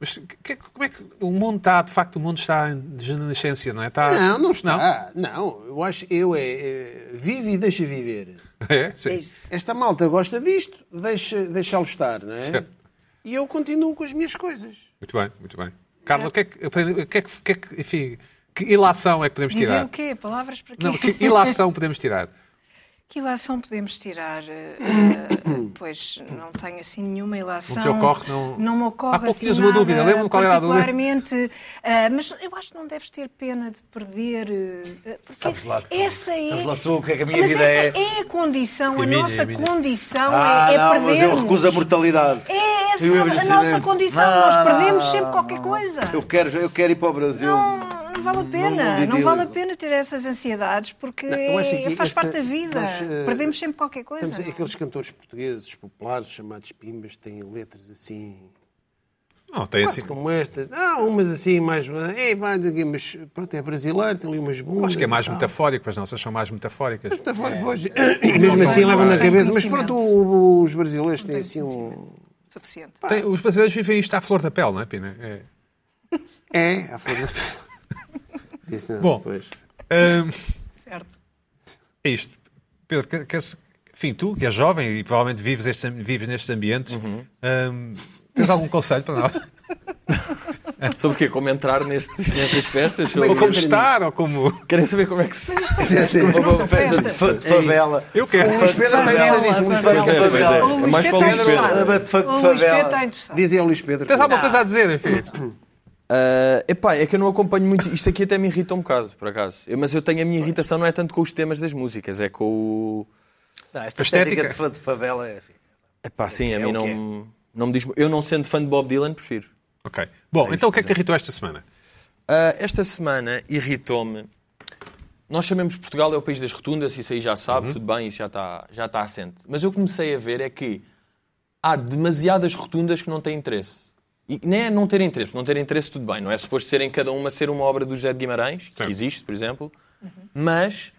[SPEAKER 1] Mas que- que- como é que o mundo está, de facto, o mundo está em degenerescência, não é? Está...
[SPEAKER 2] Não, não está. Não, eu acho. Eu é. é vive e deixa viver.
[SPEAKER 1] É, sim.
[SPEAKER 2] Esta malta gosta disto, deixa- deixa-lo estar, não é?
[SPEAKER 1] Certo.
[SPEAKER 2] E eu continuo com as minhas coisas.
[SPEAKER 1] Muito bem, muito bem. Carla, o que é que, o que, é que, o que, é que enfim, que ilação é que podemos
[SPEAKER 3] Dizer
[SPEAKER 1] tirar?
[SPEAKER 3] o quê? Palavras para quê?
[SPEAKER 1] Não, que ilação podemos tirar?
[SPEAKER 3] Que ilação podemos tirar? eh, eh, pois não tenho assim nenhuma ilação.
[SPEAKER 1] Não te ocorre, não-
[SPEAKER 3] me ocorre
[SPEAKER 1] Há pouco
[SPEAKER 3] assim
[SPEAKER 1] tinhas uma
[SPEAKER 3] nada
[SPEAKER 1] dúvida, lembra-me qual era a dúvida?
[SPEAKER 3] Particularmente, eh, mas eu acho que não deves ter pena de perder. eh, eh, porque
[SPEAKER 4] Sabes lá tu.
[SPEAKER 3] essa é.
[SPEAKER 4] Sabes lá tu o que é que a minha
[SPEAKER 3] mas
[SPEAKER 4] vida
[SPEAKER 3] essa
[SPEAKER 4] é.
[SPEAKER 3] a condição,
[SPEAKER 1] É
[SPEAKER 3] a
[SPEAKER 1] minha,
[SPEAKER 3] nossa
[SPEAKER 1] é minha.
[SPEAKER 3] condição
[SPEAKER 4] Ah,
[SPEAKER 3] é, é
[SPEAKER 4] não, mas
[SPEAKER 3] perder.
[SPEAKER 4] eu recuso a mortalidade.
[SPEAKER 3] É
[SPEAKER 4] Eu ia
[SPEAKER 3] essa
[SPEAKER 4] dizer-
[SPEAKER 3] a nossa condição,
[SPEAKER 4] Não,
[SPEAKER 3] nós
[SPEAKER 4] não,
[SPEAKER 3] perdemos
[SPEAKER 4] não,
[SPEAKER 3] sempre
[SPEAKER 4] não,
[SPEAKER 3] qualquer
[SPEAKER 4] não.
[SPEAKER 3] coisa.
[SPEAKER 4] Eu quero, eu quero ir para o Brasil.
[SPEAKER 3] Não, não vale a pena,
[SPEAKER 4] digo-
[SPEAKER 3] não, vale a pena ter essas ansiedades porque
[SPEAKER 2] eu acho que
[SPEAKER 3] faz
[SPEAKER 2] esta-
[SPEAKER 3] parte da vida.
[SPEAKER 2] nós, eh,
[SPEAKER 3] Perdemos sempre qualquer coisa.
[SPEAKER 2] Estamos-
[SPEAKER 3] não é?
[SPEAKER 2] aqueles cantores portugueses populares chamados pimbas têm letras assim,
[SPEAKER 1] Não,
[SPEAKER 4] É
[SPEAKER 1] tem
[SPEAKER 2] quase
[SPEAKER 1] assim.
[SPEAKER 2] como estas. Ah, umas assim, mais. É, vai, dizer, mas pronto, é brasileiro, tem ali umas bundas.
[SPEAKER 1] Acho que é mais
[SPEAKER 2] e tal.
[SPEAKER 1] metafórico, as nossas são mais metafóricas.
[SPEAKER 2] Está
[SPEAKER 4] É.
[SPEAKER 2] fora, pois. E mesmo assim
[SPEAKER 3] Não
[SPEAKER 2] levam na
[SPEAKER 3] tem
[SPEAKER 2] cabeça. Mas
[SPEAKER 3] conhecimento.
[SPEAKER 2] pronto, o- o- os brasileiros têm assim um.
[SPEAKER 3] Suficiente.
[SPEAKER 1] Tem- os brasileiros vivem isto à flor da pele, não é, Pina? É.
[SPEAKER 2] É, à força. Disse, não,
[SPEAKER 1] Bom.
[SPEAKER 2] pois.
[SPEAKER 1] Ahm,
[SPEAKER 3] Certo.
[SPEAKER 1] é isto. Pedro, que, que, enfim, tu que és jovem e provavelmente vives, estes am- vives nestes ambientes, ahm, tens algum conselho para nós?
[SPEAKER 5] Sobre o quê? Como entrar neste, nestas festas? Sobre-
[SPEAKER 1] ou como estar, ou como.
[SPEAKER 5] Querem saber como é que é se...
[SPEAKER 4] Uma festa de fa- de favela.
[SPEAKER 1] Eu quero.
[SPEAKER 4] Uma
[SPEAKER 2] É
[SPEAKER 4] festa de
[SPEAKER 2] Pedro também
[SPEAKER 4] favela.
[SPEAKER 2] pensa nisso,
[SPEAKER 4] Uma
[SPEAKER 2] muito
[SPEAKER 4] festa de
[SPEAKER 5] bem. Pois é,
[SPEAKER 4] favela.
[SPEAKER 5] pois é. mais para o Luís Pedro.
[SPEAKER 3] O Luís Pedro está interessado.
[SPEAKER 2] Dizem ao Luís Pedro.
[SPEAKER 1] Tens alguma coisa a dizer, enfim?
[SPEAKER 5] Ah, epá, é que eu não acompanho muito. Isto aqui até me irrita um bocado, por acaso. Eu- mas eu tenho a minha irritação não é tanto com os temas das músicas, é com o.
[SPEAKER 4] Não,
[SPEAKER 2] é
[SPEAKER 4] esta
[SPEAKER 1] Estética.
[SPEAKER 4] estética de fa- de favela é.
[SPEAKER 5] Epá, sim, a
[SPEAKER 4] É
[SPEAKER 5] mim
[SPEAKER 4] o
[SPEAKER 5] não.
[SPEAKER 4] quê?
[SPEAKER 5] me- Não me diz, eu não sendo fã de Bob Dylan, prefiro.
[SPEAKER 1] Ok. Bom, então o que é que te irritou esta semana?
[SPEAKER 5] Ah, esta semana irritou-me. Nós sabemos que Portugal é o país das rotundas, isso aí já sabe, tudo bem, isso já está já tá assente. Mas eu comecei a ver é que há demasiadas rotundas que não têm interesse. E nem é não ter interesse, não ter interesse tudo bem, não é suposto serem cada uma ser uma obra do José de Guimarães, que
[SPEAKER 1] Sim.
[SPEAKER 5] existe, por exemplo, mas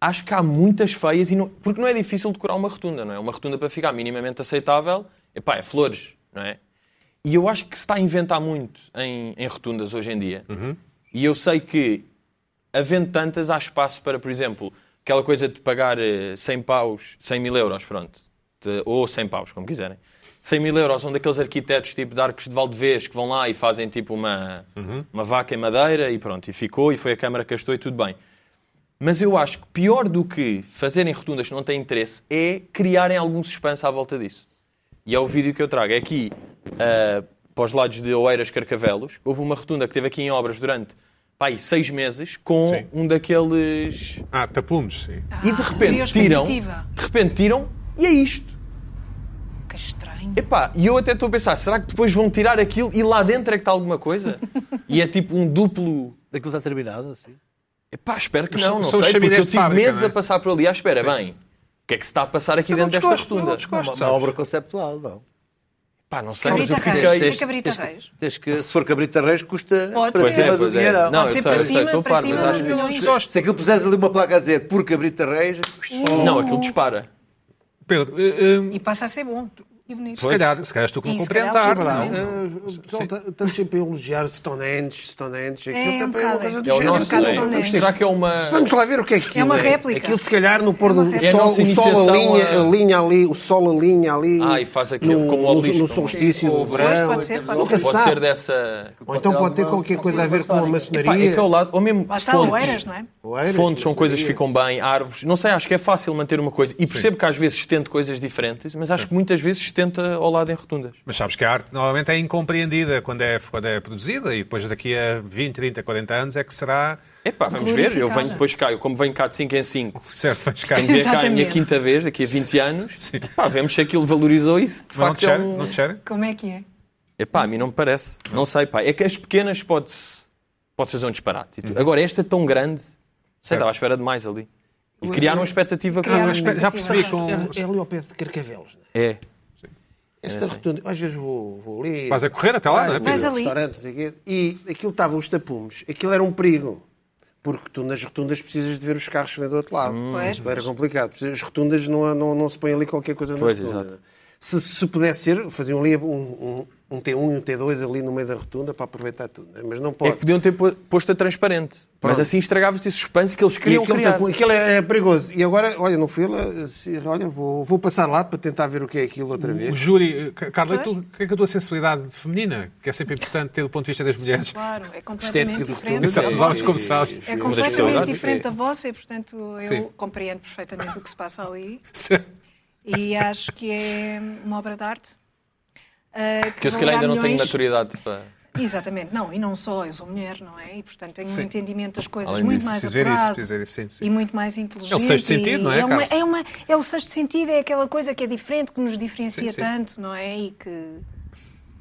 [SPEAKER 5] acho que há muitas feias, e não- porque não é difícil decorar uma rotunda, não é? Uma rotunda para ficar minimamente aceitável, epá, é flores, não é? E eu acho que se está a inventar muito em, em rotundas hoje em dia. E eu sei que, havendo tantas, há espaço para, por exemplo, aquela coisa de pagar eh, 100 paus, 100 mil euros, pronto. De- ou 100 paus, como quiserem. 100 mil euros são daqueles arquitetos tipo de Arcos de Valdevez que vão lá e fazem tipo uma, uma vaca em madeira e pronto. E ficou, e foi a Câmara que gastou e tudo bem. Mas eu acho que pior do que fazerem rotundas que não têm interesse é criarem algum suspense à volta disso. E é o vídeo que eu trago. É aqui, ah, para os lados de Oeiras Carcavelos, houve uma rotunda que teve aqui em obras durante pá, aí seis meses com
[SPEAKER 1] Sim.
[SPEAKER 5] um daqueles.
[SPEAKER 1] Ah, tapumes, sim.
[SPEAKER 5] e de repente
[SPEAKER 3] criou
[SPEAKER 5] tiram.
[SPEAKER 3] expectativa.
[SPEAKER 5] De repente tiram e é isto.
[SPEAKER 3] Que estranho.
[SPEAKER 5] Epá, e eu até estou a pensar, será que depois vão tirar aquilo e lá dentro é que está alguma coisa? e é tipo um duplo
[SPEAKER 4] Daquilo está terminado, assim.
[SPEAKER 5] Epá, espero que não, não
[SPEAKER 1] São os
[SPEAKER 5] sei, porque eu
[SPEAKER 1] chaminés de
[SPEAKER 5] tive
[SPEAKER 1] fábrica,
[SPEAKER 5] meses
[SPEAKER 1] não é?
[SPEAKER 5] a passar por ali. Ah, espera, bem, o que é que se está a passar aqui
[SPEAKER 1] Eu não
[SPEAKER 5] dentro desta
[SPEAKER 1] um desgosto, eu não
[SPEAKER 5] rotunda?
[SPEAKER 1] desgosto. Gosto,
[SPEAKER 4] uma, uma
[SPEAKER 1] sabes?
[SPEAKER 4] obra conceptual, não.
[SPEAKER 5] Pá, não sei, mas
[SPEAKER 3] Cabrita
[SPEAKER 5] eu
[SPEAKER 3] Reis.
[SPEAKER 5] fiquei...
[SPEAKER 3] É Cabrita
[SPEAKER 4] tens que-
[SPEAKER 3] Reis.
[SPEAKER 4] Tens que, se for Cabrita Reis, custa
[SPEAKER 3] Pode
[SPEAKER 4] para
[SPEAKER 3] ser.
[SPEAKER 5] Pois
[SPEAKER 4] cima
[SPEAKER 5] é,
[SPEAKER 4] do
[SPEAKER 5] pois é.
[SPEAKER 4] dinheirão.
[SPEAKER 5] Não, eu
[SPEAKER 3] Pode
[SPEAKER 5] sei,
[SPEAKER 3] ser para
[SPEAKER 5] eu sei,
[SPEAKER 3] cima,
[SPEAKER 5] estou
[SPEAKER 3] para
[SPEAKER 5] par, mas
[SPEAKER 3] cima,
[SPEAKER 5] acho
[SPEAKER 3] não
[SPEAKER 5] que...
[SPEAKER 1] Gosto.
[SPEAKER 4] Se aquilo puseres ali uma placa a dizer por Cabrita Reis,
[SPEAKER 5] Não, aquilo dispara.
[SPEAKER 1] Pedro, eh, eh,
[SPEAKER 3] E passa a ser bom e bonito.
[SPEAKER 1] se, calhar, se calhar tu que não
[SPEAKER 3] E se
[SPEAKER 1] compreendes a
[SPEAKER 3] calhar é um
[SPEAKER 1] arte,
[SPEAKER 3] outro
[SPEAKER 1] não? Eh,
[SPEAKER 3] momento.
[SPEAKER 2] Ah, o pessoal tá- estamos sempre a elogiar Stonehenge, Stonehenge. Aquilo
[SPEAKER 3] É, um
[SPEAKER 2] também é uma
[SPEAKER 3] bocado,
[SPEAKER 2] coisa
[SPEAKER 3] é.
[SPEAKER 2] do
[SPEAKER 5] É
[SPEAKER 3] Cheira um
[SPEAKER 5] o
[SPEAKER 2] género.
[SPEAKER 5] nosso...
[SPEAKER 3] bocado
[SPEAKER 5] é.
[SPEAKER 3] sonesto.
[SPEAKER 5] Será que é uma...
[SPEAKER 2] Vamos lá ver o que é aquilo.
[SPEAKER 3] É uma réplica.
[SPEAKER 2] Aquilo, se calhar, no pôr do
[SPEAKER 3] É uma
[SPEAKER 5] réplica.
[SPEAKER 2] sol, o sol
[SPEAKER 5] iniciação
[SPEAKER 2] alinha,
[SPEAKER 5] a-
[SPEAKER 2] alinha ali, o sol alinha ali.
[SPEAKER 5] Ah, e faz aquilo como o
[SPEAKER 2] no,
[SPEAKER 5] obelisco,
[SPEAKER 2] no
[SPEAKER 5] não é?
[SPEAKER 2] solstício do
[SPEAKER 5] Ou verão,
[SPEAKER 2] verão.
[SPEAKER 3] pode ser, pode
[SPEAKER 2] Nunca
[SPEAKER 3] ser.
[SPEAKER 2] se
[SPEAKER 5] Pode
[SPEAKER 2] sabe.
[SPEAKER 5] ser dessa...
[SPEAKER 2] Ou então pode ter qualquer coisa a ver com a
[SPEAKER 5] Pá, é
[SPEAKER 2] maçonaria.
[SPEAKER 5] que ao lado, ou mesmo
[SPEAKER 3] Lá está
[SPEAKER 5] fontes.
[SPEAKER 3] Oeiras, não é?
[SPEAKER 2] Oeiras,
[SPEAKER 5] Fontes são
[SPEAKER 2] maçonaria.
[SPEAKER 5] coisas que ficam bem, árvores. Não sei, acho que é fácil manter uma coisa. E percebo que às vezes tento coisas diferentes, mas acho que muitas vezes tenta ao lado em rotundas.
[SPEAKER 1] Mas sabes que a arte normalmente é incompreendida quando é, quando é produzida e depois daqui a 20, 30, 40 anos é que será.
[SPEAKER 5] Epá, vamos ver. Eu
[SPEAKER 3] Glorificada.
[SPEAKER 5] venho depois cá. Eu como venho cá de 5 em 5,
[SPEAKER 1] Certo, vais cá.
[SPEAKER 5] vamos ver cá a minha
[SPEAKER 3] Exatamente.
[SPEAKER 5] quinta vez, daqui a 20 anos. Epá, vemos se aquilo valorizou isso. De
[SPEAKER 1] Mas não te
[SPEAKER 5] facto é
[SPEAKER 1] cheira?
[SPEAKER 5] um...
[SPEAKER 1] Não te cheira?
[SPEAKER 3] Como é que é?
[SPEAKER 5] Epá, a mim não me parece. Não sei, pá. É que as pequenas pode-se pode fazer um disparate. E tu- Agora, esta tão grande, sei, estava à espera demais ali. E criaram uma expectativa
[SPEAKER 1] Ah,
[SPEAKER 3] Criaram
[SPEAKER 1] mas
[SPEAKER 5] com...
[SPEAKER 1] espera, já
[SPEAKER 3] expectativa.
[SPEAKER 1] percebi com.
[SPEAKER 2] É, é ali ao pé de Carcavelos. Né?
[SPEAKER 5] É.
[SPEAKER 2] Esta
[SPEAKER 5] assim.
[SPEAKER 2] rotunda, é às vezes vou, vou ali.
[SPEAKER 1] Vais a correr até lá,
[SPEAKER 2] Ah,
[SPEAKER 1] não é,
[SPEAKER 2] vou
[SPEAKER 1] Pedro?
[SPEAKER 3] Mas
[SPEAKER 2] a
[SPEAKER 3] ali.
[SPEAKER 2] restaurantes, aqui, e aquilo estava os tapumes. Aquilo era um perigo. Porque tu nas rotundas precisas de ver os carros que vêm do outro lado.
[SPEAKER 3] Hum. Pois,
[SPEAKER 2] Aquilo era complicado. As rotundas não, não, não se põe ali qualquer coisa na
[SPEAKER 5] Pois,
[SPEAKER 2] rotunda.
[SPEAKER 5] exato.
[SPEAKER 2] Se, se pudesse ser, faziam ali um, um, um T1 e um T2 ali no meio da rotunda para aproveitar tudo. né? Mas não
[SPEAKER 5] É
[SPEAKER 2] pode.
[SPEAKER 5] que podiam ter po- posto a transparente. Mas assim estragava-se esse suspense que eles
[SPEAKER 2] E
[SPEAKER 5] queriam
[SPEAKER 2] aquele,
[SPEAKER 5] criar.
[SPEAKER 2] tapu- aquele é perigoso. E agora, olha, não fui lá. se- Olha, vou, vou passar lá para tentar ver o que é aquilo outra
[SPEAKER 1] O
[SPEAKER 2] vez.
[SPEAKER 1] júri. eh, Carla, tu, o que é que a tua sensibilidade feminina, que é sempre importante ter do ponto de vista das mulheres?
[SPEAKER 3] claro, é
[SPEAKER 2] Estética
[SPEAKER 3] completamente
[SPEAKER 2] de
[SPEAKER 3] diferente.
[SPEAKER 2] rotundas.
[SPEAKER 3] da
[SPEAKER 1] Exato, os homens,
[SPEAKER 3] vossa.
[SPEAKER 1] como sabes.
[SPEAKER 3] É
[SPEAKER 5] das
[SPEAKER 3] completamente
[SPEAKER 5] possibilidades.
[SPEAKER 3] diferente da vossa e, portanto, eu
[SPEAKER 1] Sim.
[SPEAKER 3] compreendo perfeitamente o que se passa ali
[SPEAKER 1] Sim.
[SPEAKER 3] e acho que é uma obra de arte. ah, que
[SPEAKER 5] Que eu se calhar ainda
[SPEAKER 3] valerá
[SPEAKER 5] não tenho
[SPEAKER 3] milhões.
[SPEAKER 5] maturidade para.
[SPEAKER 3] Exatamente, não, e não só, eu sou mulher, não é? E portanto tenho um entendimento das coisas
[SPEAKER 5] Além
[SPEAKER 3] muito
[SPEAKER 5] disso,
[SPEAKER 3] mais
[SPEAKER 1] preciso ver isso,
[SPEAKER 3] apurado
[SPEAKER 1] preciso ver isso, sim, sim.
[SPEAKER 3] e muito mais inteligente.
[SPEAKER 1] É o sexto sentido,
[SPEAKER 3] e
[SPEAKER 1] não é,
[SPEAKER 3] uma-
[SPEAKER 1] Carla?
[SPEAKER 3] é, uma, é o sexto sentido, é aquela coisa que é diferente, que nos diferencia
[SPEAKER 1] Sim, sim.
[SPEAKER 3] tanto, não é? E que.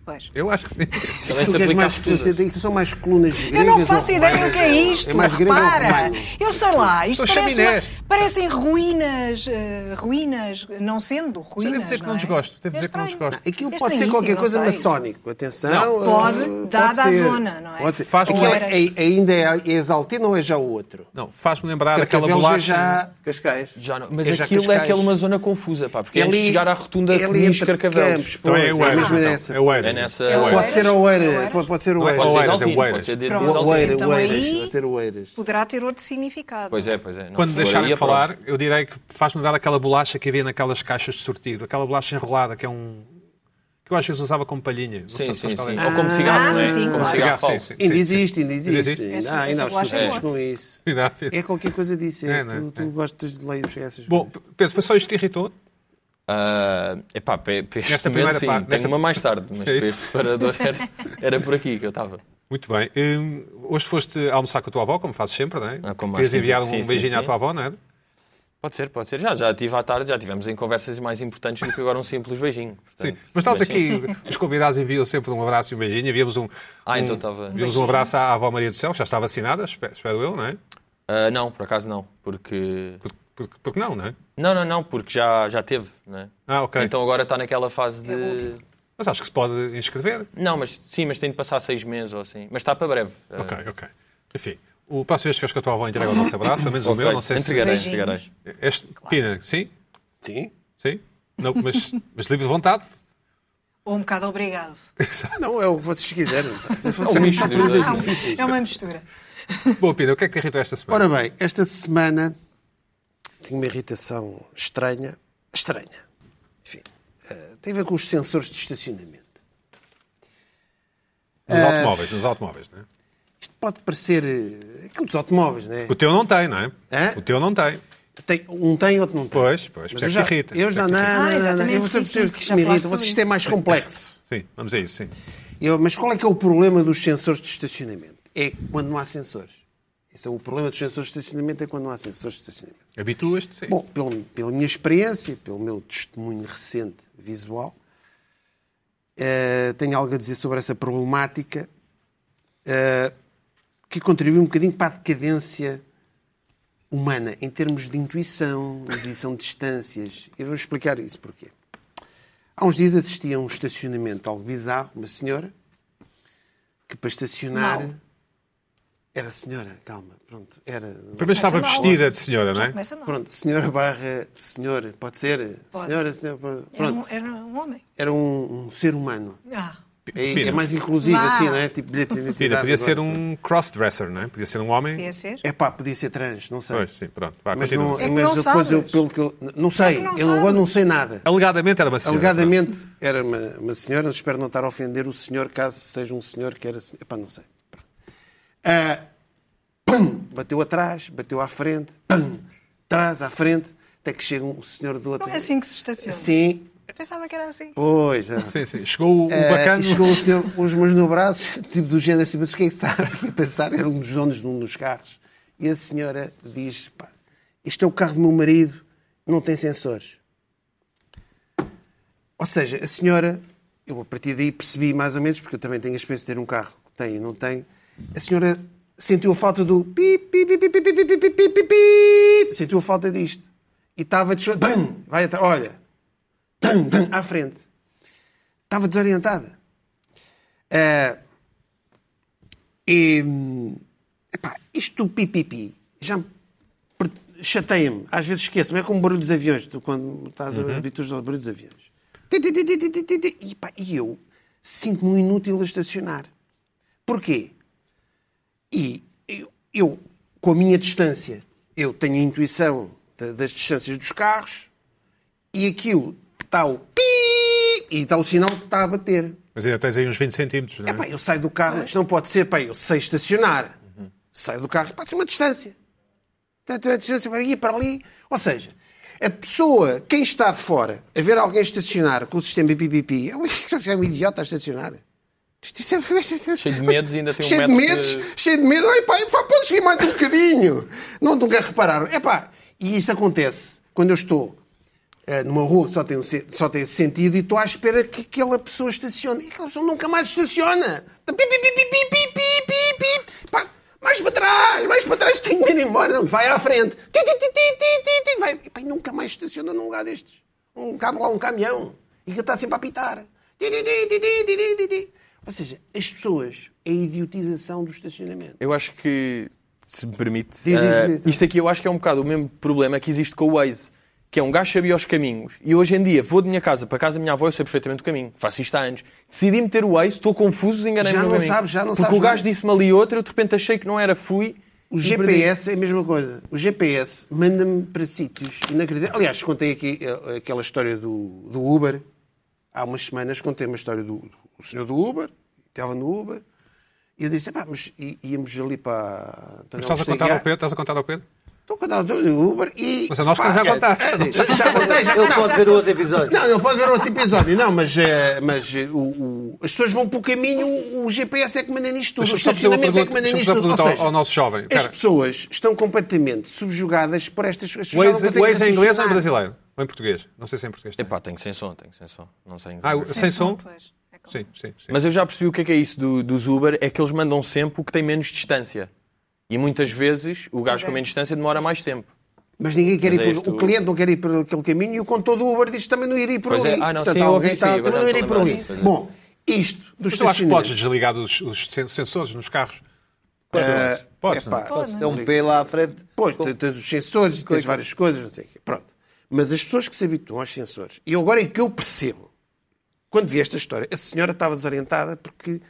[SPEAKER 3] Pois.
[SPEAKER 1] Eu acho que sim.
[SPEAKER 5] Também se
[SPEAKER 2] Aquilo que é
[SPEAKER 5] aplica a
[SPEAKER 2] mais
[SPEAKER 5] rotundas.
[SPEAKER 2] especialista, aquilo são mais colunas
[SPEAKER 3] Eu
[SPEAKER 2] gregas.
[SPEAKER 3] não faço
[SPEAKER 2] ou
[SPEAKER 3] ideia
[SPEAKER 2] romanas,
[SPEAKER 3] o que é isto,
[SPEAKER 2] É mais grego ou
[SPEAKER 3] repara.
[SPEAKER 2] romano.
[SPEAKER 3] Eu sei lá, isto
[SPEAKER 1] São
[SPEAKER 3] parece
[SPEAKER 1] chaminés.
[SPEAKER 3] uma- parecem ruínas, eh, ruínas, não sendo ruínas.
[SPEAKER 1] Devo dizer que
[SPEAKER 3] não
[SPEAKER 1] não
[SPEAKER 3] é?
[SPEAKER 1] desgosto. Devo
[SPEAKER 3] É
[SPEAKER 1] dizer que não
[SPEAKER 3] estranho.
[SPEAKER 1] desgosto.
[SPEAKER 2] Aquilo
[SPEAKER 3] É
[SPEAKER 2] pode ser
[SPEAKER 3] estranhíssimo,
[SPEAKER 2] qualquer
[SPEAKER 3] não
[SPEAKER 2] coisa
[SPEAKER 3] sei.
[SPEAKER 2] maçónico, atenção.
[SPEAKER 3] Não, pode,
[SPEAKER 2] eh,
[SPEAKER 3] dada a
[SPEAKER 2] ser.
[SPEAKER 3] zona, não é?
[SPEAKER 2] Pode ser.
[SPEAKER 1] Faz
[SPEAKER 2] Aquilo
[SPEAKER 1] com-
[SPEAKER 2] é- é- ainda é, é exaltino ou é já o outro?
[SPEAKER 1] Não, faz-me lembrar aquela
[SPEAKER 2] Carcavelos
[SPEAKER 1] bolacha.
[SPEAKER 2] é já.
[SPEAKER 4] Cascais.
[SPEAKER 5] Já não- Mas
[SPEAKER 2] É já
[SPEAKER 5] aquilo é
[SPEAKER 2] Cascais.
[SPEAKER 5] aquela uma zona confusa, pá, porque é
[SPEAKER 2] ali-
[SPEAKER 5] antes de chegar à rotunda
[SPEAKER 2] é
[SPEAKER 5] que
[SPEAKER 2] ali
[SPEAKER 5] diz
[SPEAKER 2] entre Campos,
[SPEAKER 5] Carcavelos.
[SPEAKER 1] Então é o
[SPEAKER 2] Pois, é
[SPEAKER 1] Eiras.
[SPEAKER 2] mesmo
[SPEAKER 1] então.
[SPEAKER 2] nessa.
[SPEAKER 1] É o Eiras.
[SPEAKER 5] É nessa.
[SPEAKER 3] É o
[SPEAKER 2] Pode
[SPEAKER 3] Oeiras.
[SPEAKER 2] ser o Oeiras. Pode pode ser o
[SPEAKER 1] Não é
[SPEAKER 2] Oeiras.
[SPEAKER 5] Pode
[SPEAKER 1] Oeiras, é
[SPEAKER 5] ser
[SPEAKER 1] o
[SPEAKER 5] Exaltino, pode
[SPEAKER 1] Oeiras.
[SPEAKER 5] ser de- de
[SPEAKER 3] Pronto.
[SPEAKER 2] O
[SPEAKER 5] Exaltino.
[SPEAKER 2] Oeiras,
[SPEAKER 3] Então
[SPEAKER 2] o Oeiras,
[SPEAKER 3] aí-
[SPEAKER 2] vai ser o Oeiras.
[SPEAKER 3] Poderá ter outro significado.
[SPEAKER 5] Pois é, pois é. não
[SPEAKER 1] Quando
[SPEAKER 5] for
[SPEAKER 1] deixarem
[SPEAKER 5] aí,
[SPEAKER 1] de
[SPEAKER 5] é problema.
[SPEAKER 1] falar, eu direi que faz-me lembrar aquela bolacha que havia naquelas caixas de sortido, aquela bolacha enrolada que é um. que eu às vezes usava como palhinha. Não
[SPEAKER 5] Sim,
[SPEAKER 1] sabes
[SPEAKER 5] sim,
[SPEAKER 1] qual
[SPEAKER 5] sim.
[SPEAKER 1] é.
[SPEAKER 5] Ou como cigarro,
[SPEAKER 3] Ah,
[SPEAKER 5] não é?
[SPEAKER 3] sim, sim,
[SPEAKER 5] Como
[SPEAKER 3] claro.
[SPEAKER 5] cigarro
[SPEAKER 1] Cigarro,
[SPEAKER 5] falso.
[SPEAKER 1] sim, sim.
[SPEAKER 2] Ainda existe, ainda
[SPEAKER 1] existe.
[SPEAKER 2] existe.
[SPEAKER 3] Essa-
[SPEAKER 2] Ainda, ainda há
[SPEAKER 3] essa
[SPEAKER 2] estudos
[SPEAKER 3] bolacha é boa.
[SPEAKER 2] com isso.
[SPEAKER 1] Ainda há-
[SPEAKER 2] É qualquer coisa disso. É,
[SPEAKER 1] É, não é?
[SPEAKER 2] tu, tu
[SPEAKER 1] É.
[SPEAKER 2] gostas de ler essas
[SPEAKER 1] Bom, Pedro, foi só isto que te irritou?
[SPEAKER 5] Ah, epá, pe- pe- este
[SPEAKER 1] Nesta
[SPEAKER 5] momento
[SPEAKER 1] primeira
[SPEAKER 5] sim,
[SPEAKER 1] parte, É
[SPEAKER 5] tenho
[SPEAKER 1] nesta-
[SPEAKER 5] uma mais tarde, mas
[SPEAKER 1] Sim.
[SPEAKER 5] para este separador era, era por aqui que eu estava.
[SPEAKER 1] Muito bem. Hum, hoje foste almoçar com a tua avó, como fazes sempre, não é?
[SPEAKER 5] Ah, como
[SPEAKER 1] Querias
[SPEAKER 5] assim,
[SPEAKER 1] enviar
[SPEAKER 5] sim,
[SPEAKER 1] um
[SPEAKER 5] sim,
[SPEAKER 1] beijinho à
[SPEAKER 5] sim.
[SPEAKER 1] tua avó, não é?
[SPEAKER 5] Pode ser, pode ser. Já, já tive à tarde, já tivemos em conversas mais importantes do que agora um simples beijinho.
[SPEAKER 1] Sim,
[SPEAKER 5] Portanto,
[SPEAKER 1] mas nós aqui, os convidados enviam sempre um abraço e um beijinho. Enviamos um,
[SPEAKER 5] Ah,
[SPEAKER 1] um-
[SPEAKER 5] então estava-
[SPEAKER 1] enviamos um abraço à avó Maria do Céu, que já está vacinada, espero, espero eu, não é?
[SPEAKER 5] Ah, não, por acaso não, porque...
[SPEAKER 1] Porque, porque, porque não, não é?
[SPEAKER 5] Não, não, não, porque já, já teve, não é?
[SPEAKER 1] Ah, ok.
[SPEAKER 5] Então agora está naquela fase de...
[SPEAKER 1] Mas acho que se pode inscrever.
[SPEAKER 5] Não, mas sim, mas tem de passar seis meses ou assim. Mas está para breve. Ah,
[SPEAKER 1] Ok, ok. Enfim, o próximo vez que fez com a tua avó entrega o nosso abraço, pelo menos o
[SPEAKER 5] ok.
[SPEAKER 1] meu, não sei se.
[SPEAKER 5] Entregarei,
[SPEAKER 3] Beijinhos.
[SPEAKER 5] entregarei.
[SPEAKER 1] Este, Pina, sim?
[SPEAKER 2] Sim.
[SPEAKER 1] Sim? Não, mas, mas livre de vontade.
[SPEAKER 3] Ou um bocado obrigado.
[SPEAKER 2] Não, é o que vocês quiserem. assim,
[SPEAKER 4] um misto de dois.
[SPEAKER 3] É uma mistura.
[SPEAKER 1] Boa, Pina, o que é que te irritou esta semana?
[SPEAKER 2] Ora bem, esta semana tenho uma irritação estranha. Estranha. Enfim, eh, tem a ver com os sensores de estacionamento.
[SPEAKER 1] Nos automóveis, nos automóveis, não é?
[SPEAKER 2] Isto pode parecer eh, aquilo dos automóveis, não é?
[SPEAKER 1] O teu não tem, não é?
[SPEAKER 2] Hã?
[SPEAKER 1] O teu não tem.
[SPEAKER 2] Tem- um tem, outro não tem.
[SPEAKER 1] Pois, pois,
[SPEAKER 2] Mas
[SPEAKER 1] por
[SPEAKER 2] eu
[SPEAKER 1] isso é
[SPEAKER 2] já,
[SPEAKER 1] que irrita,
[SPEAKER 2] eu
[SPEAKER 1] por isso
[SPEAKER 2] já
[SPEAKER 1] é que
[SPEAKER 2] não,
[SPEAKER 1] irrita.
[SPEAKER 2] não,
[SPEAKER 3] Ah,
[SPEAKER 2] não, não,
[SPEAKER 3] exatamente,
[SPEAKER 2] eu vou
[SPEAKER 3] sim,
[SPEAKER 2] sempre perceber
[SPEAKER 3] sim,
[SPEAKER 2] que isto
[SPEAKER 3] já
[SPEAKER 2] me
[SPEAKER 3] falaste
[SPEAKER 2] irrita. Vocês
[SPEAKER 3] sobre
[SPEAKER 2] têm
[SPEAKER 3] isso.
[SPEAKER 2] é mais complexo.
[SPEAKER 1] Sim, vamos a isso, sim.
[SPEAKER 2] Eu, mas qual é que é o problema dos sensores de estacionamento? É quando não há sensores. Esse é o problema dos sensores de estacionamento, é quando não há sensores de estacionamento.
[SPEAKER 1] Habituas-te, sim.
[SPEAKER 2] Bom, pelo- pela minha experiência, pelo meu testemunho recente visual, eh, tenho algo a dizer sobre essa problemática eh, que contribui um bocadinho para a decadência humana em termos de intuição, medição de distâncias. Eu vou explicar isso porquê. Há uns dias assisti a um estacionamento algo bizarro, uma senhora, que para estacionar.
[SPEAKER 3] Mau.
[SPEAKER 2] Era senhora, calma, pronto. Era.
[SPEAKER 1] Primeiro estava
[SPEAKER 3] Começa mal.
[SPEAKER 1] vestida de senhora, não
[SPEAKER 3] Já
[SPEAKER 1] é?
[SPEAKER 3] começa mal.
[SPEAKER 2] Pronto, senhora barra senhor, pode ser?
[SPEAKER 3] Pode.
[SPEAKER 2] Senhora, senhora, pronto.
[SPEAKER 3] Era um, era um homem.
[SPEAKER 2] Era um, um ser humano.
[SPEAKER 3] Ah,
[SPEAKER 2] É,
[SPEAKER 1] Pina.
[SPEAKER 2] é mais inclusivo
[SPEAKER 3] Vá.
[SPEAKER 2] assim, não é? Tipo bilhete de
[SPEAKER 1] Pina,
[SPEAKER 2] identidade.
[SPEAKER 1] podia ser
[SPEAKER 2] agora.
[SPEAKER 1] um crossdresser, não é? Podia ser um homem.
[SPEAKER 3] podia ser.
[SPEAKER 2] É pá, podia ser trans, não sei.
[SPEAKER 1] Pois, sim, pronto. Vá,
[SPEAKER 2] mas
[SPEAKER 1] continua.
[SPEAKER 2] não,
[SPEAKER 3] É que
[SPEAKER 2] mas
[SPEAKER 3] não
[SPEAKER 2] depois eu,
[SPEAKER 3] sabes.
[SPEAKER 2] pelo que eu. Não sei,
[SPEAKER 3] É que não
[SPEAKER 2] eu agora
[SPEAKER 3] sabes.
[SPEAKER 2] não sei nada.
[SPEAKER 1] Alegadamente era uma senhora.
[SPEAKER 2] Alegadamente era uma, uma senhora, espero não estar a ofender o senhor, caso seja um senhor que era. Epá, não sei. Pronto. Ah, pum, bateu atrás, bateu à frente, pum, atrás, à frente, até que chega um senhor do outro.
[SPEAKER 3] Não é assim que se estaciona.
[SPEAKER 2] Sim,
[SPEAKER 3] Pensava que era assim.
[SPEAKER 2] pois. é.
[SPEAKER 1] Sim, sim. Chegou o
[SPEAKER 2] Ah,
[SPEAKER 1] bacano.
[SPEAKER 2] e chegou o senhor com as mãos no braço, tipo do género assim, mas o que é que está aqui a pensar? Era um dos donos de um dos carros. E a senhora diz: pá, este é o carro do meu marido, não tem sensores. Ou seja, a senhora, eu a partir daí percebi mais ou menos, porque eu também tenho a experiência de ter um carro que tem e não tem, a senhora sentiu a falta do pi, pi, pi, pi, pi, pi, pi, pi, pi, pi, pi, pi, sentiu a falta disto. E estava de bam, vai atrás, olha, bam, bam, à frente. Estava desorientada. Ah, e, hum, epá, isto do pipipi já me per- chateia-me. Às vezes esqueço-me. É como o barulho dos aviões. Tu, quando estás uhum. habituado ao barulho dos aviões. Ti, ti, ti, ti, ti, ti, ti, ti. E, pá, e eu sinto-me um inútil a estacionar. Porquê? E eu, eu, com a minha distância, eu tenho a intuição da- das distâncias dos carros e aquilo está o pi e está o sinal que está a bater.
[SPEAKER 1] Mas ainda tens aí uns 20 centímetros, não é?
[SPEAKER 2] É pá, eu saio do carro, mas não pode ser, pá, eu sei estacionar. Saio do carro, pode ser uma distância. Tanto uma distância para aqui, para ali. Ou seja, a pessoa, quem está de fora, a ver alguém estacionar com o sistema BPPP, é um, é um idiota a estacionar. Cheio
[SPEAKER 5] de medos e ainda tem um
[SPEAKER 2] Cheio de
[SPEAKER 5] metro
[SPEAKER 2] medos,
[SPEAKER 5] de-
[SPEAKER 2] cheio de medo. Ai, pá, pá, podes vir mais um bocadinho. Não, nunca repararam. É pá, e isso acontece quando eu estou eh, numa rua que só tem, um sen- só tem esse sentido e estou à espera que aquela pessoa estacione. E aquela pessoa nunca mais estaciona. Tá, Pi, pi, pi, pi, pi, pi, pi, pi, pi. Pá, mais para trás, mais para trás, tenho de ir embora. Não, vai à frente. Ti, ti, ti, ti, ti, ti, ti, vai. E, pá, e nunca mais estaciona num lugar destes. Um cabo lá, um caminhão. E que está sempre a apitar. Ti, ti, ti, ti, ti, ti, ti, ti, ti. Ou seja, as pessoas, a idiotização do estacionamento.
[SPEAKER 5] Eu acho que, se me permite,
[SPEAKER 2] Diz,
[SPEAKER 5] eh,
[SPEAKER 2] diz, diz.
[SPEAKER 5] isto aqui eu acho que é um bocado o mesmo problema que existe com o Waze, que é um gajo sabia os caminhos. E hoje em dia vou de minha casa para casa da minha avó, eu sei perfeitamente o caminho. Faço isto há anos. Decidi meter o Waze, estou confuso, enganei-me
[SPEAKER 2] Já
[SPEAKER 5] no
[SPEAKER 2] não
[SPEAKER 5] caminho.
[SPEAKER 2] sabes, já não
[SPEAKER 5] Porque
[SPEAKER 2] sabes
[SPEAKER 5] o gajo
[SPEAKER 2] mais.
[SPEAKER 5] disse-me ali outra, eu de repente achei que não era, fui.
[SPEAKER 2] O GPS é a mesma coisa. O GPS manda-me para sítios inacreditáveis. Aliás, contei aqui eh, aquela história do, do Uber. Há umas semanas contei uma história do, do senhor do Uber, estava no Uber, e eu disse, "Epá, mas í- íamos ali para...
[SPEAKER 1] Mas estás a contar ao Pedro? Estás a contar ao Pedro?
[SPEAKER 2] Estou com a dar o Uber e.
[SPEAKER 1] Mas a nós já contaste.
[SPEAKER 2] é, Já, já contei, já
[SPEAKER 4] Ele
[SPEAKER 2] contaste.
[SPEAKER 4] pode ver outro episódio.
[SPEAKER 2] Não, ele pode ver outro episódio. Não, mas, eh, mas eh, o, o- as pessoas vão para o caminho, o- o GPS é que manda nisto tudo.
[SPEAKER 1] Deixa-me
[SPEAKER 2] O
[SPEAKER 1] só fazer uma
[SPEAKER 2] estacionamento é que
[SPEAKER 1] pergunta-
[SPEAKER 2] manda
[SPEAKER 1] deixa-me
[SPEAKER 2] nisto
[SPEAKER 1] só
[SPEAKER 2] tudo. Ou
[SPEAKER 1] perguntar ao-
[SPEAKER 2] seja,
[SPEAKER 1] ao nosso jovem.
[SPEAKER 2] As
[SPEAKER 1] Espera.
[SPEAKER 2] pessoas estão completamente subjugadas por estas. as pessoas
[SPEAKER 1] O
[SPEAKER 2] já não
[SPEAKER 1] ex,
[SPEAKER 2] conseguem
[SPEAKER 1] o ex é inglês ou é
[SPEAKER 2] raciocinar.
[SPEAKER 1] brasileiro? Ou em português? Não sei se é em português.
[SPEAKER 5] Epá, tenho sem som, tenho sem som. Não sei
[SPEAKER 1] Ah,
[SPEAKER 5] inglês.
[SPEAKER 1] o- sem som?
[SPEAKER 3] Pois, é como-
[SPEAKER 1] Sim, sim, sim.
[SPEAKER 5] Mas eu já percebi o que é, que é isso do- dos Uber, é que eles mandam sempre o que tem menos distância. E muitas vezes o gajo com menos distância demora mais tempo.
[SPEAKER 2] Mas ninguém quer
[SPEAKER 5] Mas é
[SPEAKER 2] ir
[SPEAKER 5] isto-
[SPEAKER 2] por, o cliente não quer ir por aquele caminho e o condutor do Uber diz que também não iria ir por
[SPEAKER 5] Pois é.
[SPEAKER 2] ali.
[SPEAKER 5] Ah, não,
[SPEAKER 2] Portanto,
[SPEAKER 5] sim, eu ouvi
[SPEAKER 2] alguém
[SPEAKER 5] isso
[SPEAKER 2] está
[SPEAKER 5] aí,
[SPEAKER 2] também não
[SPEAKER 5] agora
[SPEAKER 2] iria
[SPEAKER 5] estou
[SPEAKER 2] por
[SPEAKER 5] a
[SPEAKER 2] ali.
[SPEAKER 5] lembrar disso,
[SPEAKER 2] Bom, isto do
[SPEAKER 1] Mas tu achas que podes
[SPEAKER 2] estacionamento.
[SPEAKER 1] desligar os, os sen- sensores nos carros?
[SPEAKER 2] Ah,
[SPEAKER 1] Podes,
[SPEAKER 2] epá,
[SPEAKER 4] É um P lá à frente.
[SPEAKER 2] Pois, tem- tens os sensores, tens várias coisas, não sei o quê. Pronto. Mas as pessoas que se habituam aos sensores, e agora é que eu percebo, quando vi esta história, a senhora estava desorientada porque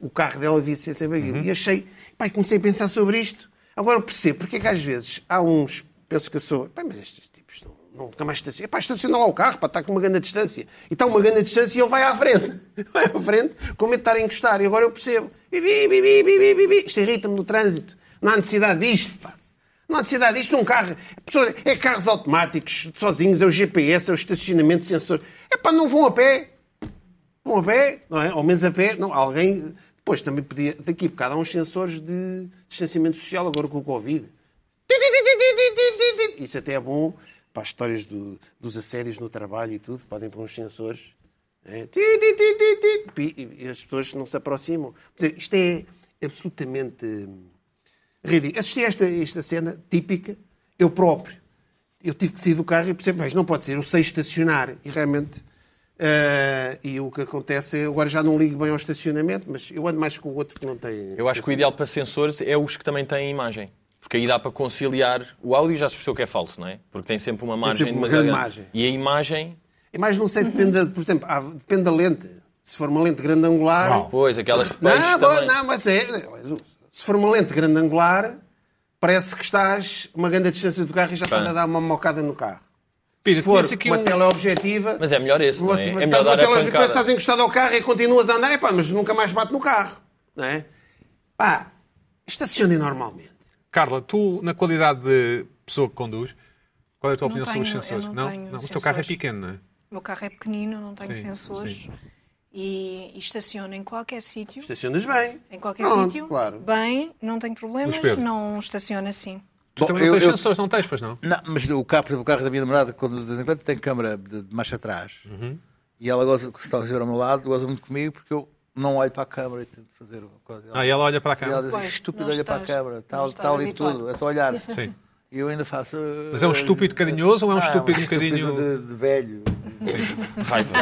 [SPEAKER 2] o carro dela havia de ser sempre aquilo. E achei, pai, comecei a pensar sobre isto. Agora eu percebo porque é que às vezes há uns, penso que eu sou, pai, mas estes tipos não, não nunca mais estacionam. Pá, estaciona lá o carro, pá, está com uma grande distância. E está uma grande distância e ele vai à frente. Vai à frente, com medo de estar a encostar. E agora eu percebo. Bibi, bibi, bibi, bibi. Isto irrita-me no trânsito. Não há necessidade disto, pá. Não há necessidade disto, um carro. a pessoa- É carros automáticos, sozinhos, é o GPS, é o estacionamento, sensor. É pá, não vão a pé. Vão a pé, não é? Ao menos a pé. Não, alguém. Depois também podia. Daqui a bocado há uns sensores de distanciamento social, agora com o Covid. Isso até é bom para as histórias do- dos assédios no trabalho e tudo. Podem pôr uns sensores. né? E as pessoas não se aproximam. Quer dizer, isto é absolutamente. hum, Ridículo. Assisti a esta, esta cena típica, eu próprio. Eu tive que sair do carro e percebi, mas não pode ser, eu sei estacionar. E realmente, eh, e o que acontece é, agora já não ligo bem ao estacionamento, mas eu ando mais com o outro que não tem...
[SPEAKER 5] Eu acho que o ideal para sensores é os que também têm imagem. Porque aí dá para conciliar. O áudio já se percebeu que é falso, não é? Porque tem sempre uma margem.
[SPEAKER 2] sempre uma
[SPEAKER 5] demasiado
[SPEAKER 2] grande
[SPEAKER 5] grande.
[SPEAKER 2] margem.
[SPEAKER 5] E a imagem,
[SPEAKER 2] E mais não sei, depende, da- por exemplo, há- depende da lente. Se for uma lente grande angular...
[SPEAKER 1] Não.
[SPEAKER 5] pois, aquelas de peixe
[SPEAKER 2] Não,
[SPEAKER 5] também.
[SPEAKER 2] não, mas é. Se for uma lente grande angular, parece que estás uma grande distância do carro e já estás a dar uma mocada no carro.
[SPEAKER 1] Pina,
[SPEAKER 2] Se for
[SPEAKER 1] tinha-se aqui
[SPEAKER 2] uma
[SPEAKER 1] um-
[SPEAKER 2] teleobjetiva.
[SPEAKER 5] Mas é melhor esse, não é?
[SPEAKER 2] Estás
[SPEAKER 5] É melhor
[SPEAKER 2] uma
[SPEAKER 5] dar a
[SPEAKER 2] teleobjetiva,
[SPEAKER 5] pancada.
[SPEAKER 2] parece que estás encostado ao carro e continuas a andar, epá, mas nunca mais bate no carro. Não é? Pá, estacionem normalmente.
[SPEAKER 1] Carla, tu, na qualidade de pessoa que conduz, qual é a tua
[SPEAKER 3] Não
[SPEAKER 1] opinião sobre os
[SPEAKER 3] tenho- eu
[SPEAKER 1] sensores?
[SPEAKER 3] não tenho
[SPEAKER 1] não? o teu carro é
[SPEAKER 3] sensores.
[SPEAKER 1] pequeno, não é?
[SPEAKER 3] O meu carro é pequenino, não tenho
[SPEAKER 1] Sim,
[SPEAKER 3] sensores
[SPEAKER 1] sim.
[SPEAKER 3] E, e estaciono em qualquer sítio.
[SPEAKER 2] Estacionas bem.
[SPEAKER 3] Em qualquer
[SPEAKER 2] Pronto,
[SPEAKER 3] sítio.
[SPEAKER 2] Claro.
[SPEAKER 3] Bem, não tenho problemas,
[SPEAKER 1] Luís Pedro.
[SPEAKER 3] não estaciono assim.
[SPEAKER 1] Tu
[SPEAKER 4] Bom,
[SPEAKER 1] também
[SPEAKER 4] eu-
[SPEAKER 1] não tens
[SPEAKER 4] eu-
[SPEAKER 1] sensores, não tens, pois não?
[SPEAKER 4] Não, mas o carro, por exemplo, o carro da minha namorada, quando de vez em quando tem câmara de, de marcha atrás,
[SPEAKER 1] Uhum.
[SPEAKER 4] e ela goza, se está a ver ao meu lado, goza muito comigo porque eu não olho para a câmara e tento fazer o- coisa.
[SPEAKER 1] Ah, e ela olha para
[SPEAKER 4] E ela
[SPEAKER 1] cá.
[SPEAKER 4] diz
[SPEAKER 3] Pois,
[SPEAKER 4] estúpido,
[SPEAKER 3] não
[SPEAKER 4] olha para a
[SPEAKER 3] estás-
[SPEAKER 4] câmara,
[SPEAKER 3] não
[SPEAKER 4] está,
[SPEAKER 3] estás
[SPEAKER 4] está ali
[SPEAKER 3] habituado.
[SPEAKER 4] tudo, é só olhar.
[SPEAKER 1] Sim.
[SPEAKER 4] E eu ainda faço. eh,
[SPEAKER 1] Mas é um estúpido carinhoso ou é um
[SPEAKER 4] ah,
[SPEAKER 1] estúpido um bocadinho-
[SPEAKER 4] de, de velho.
[SPEAKER 5] Raiva.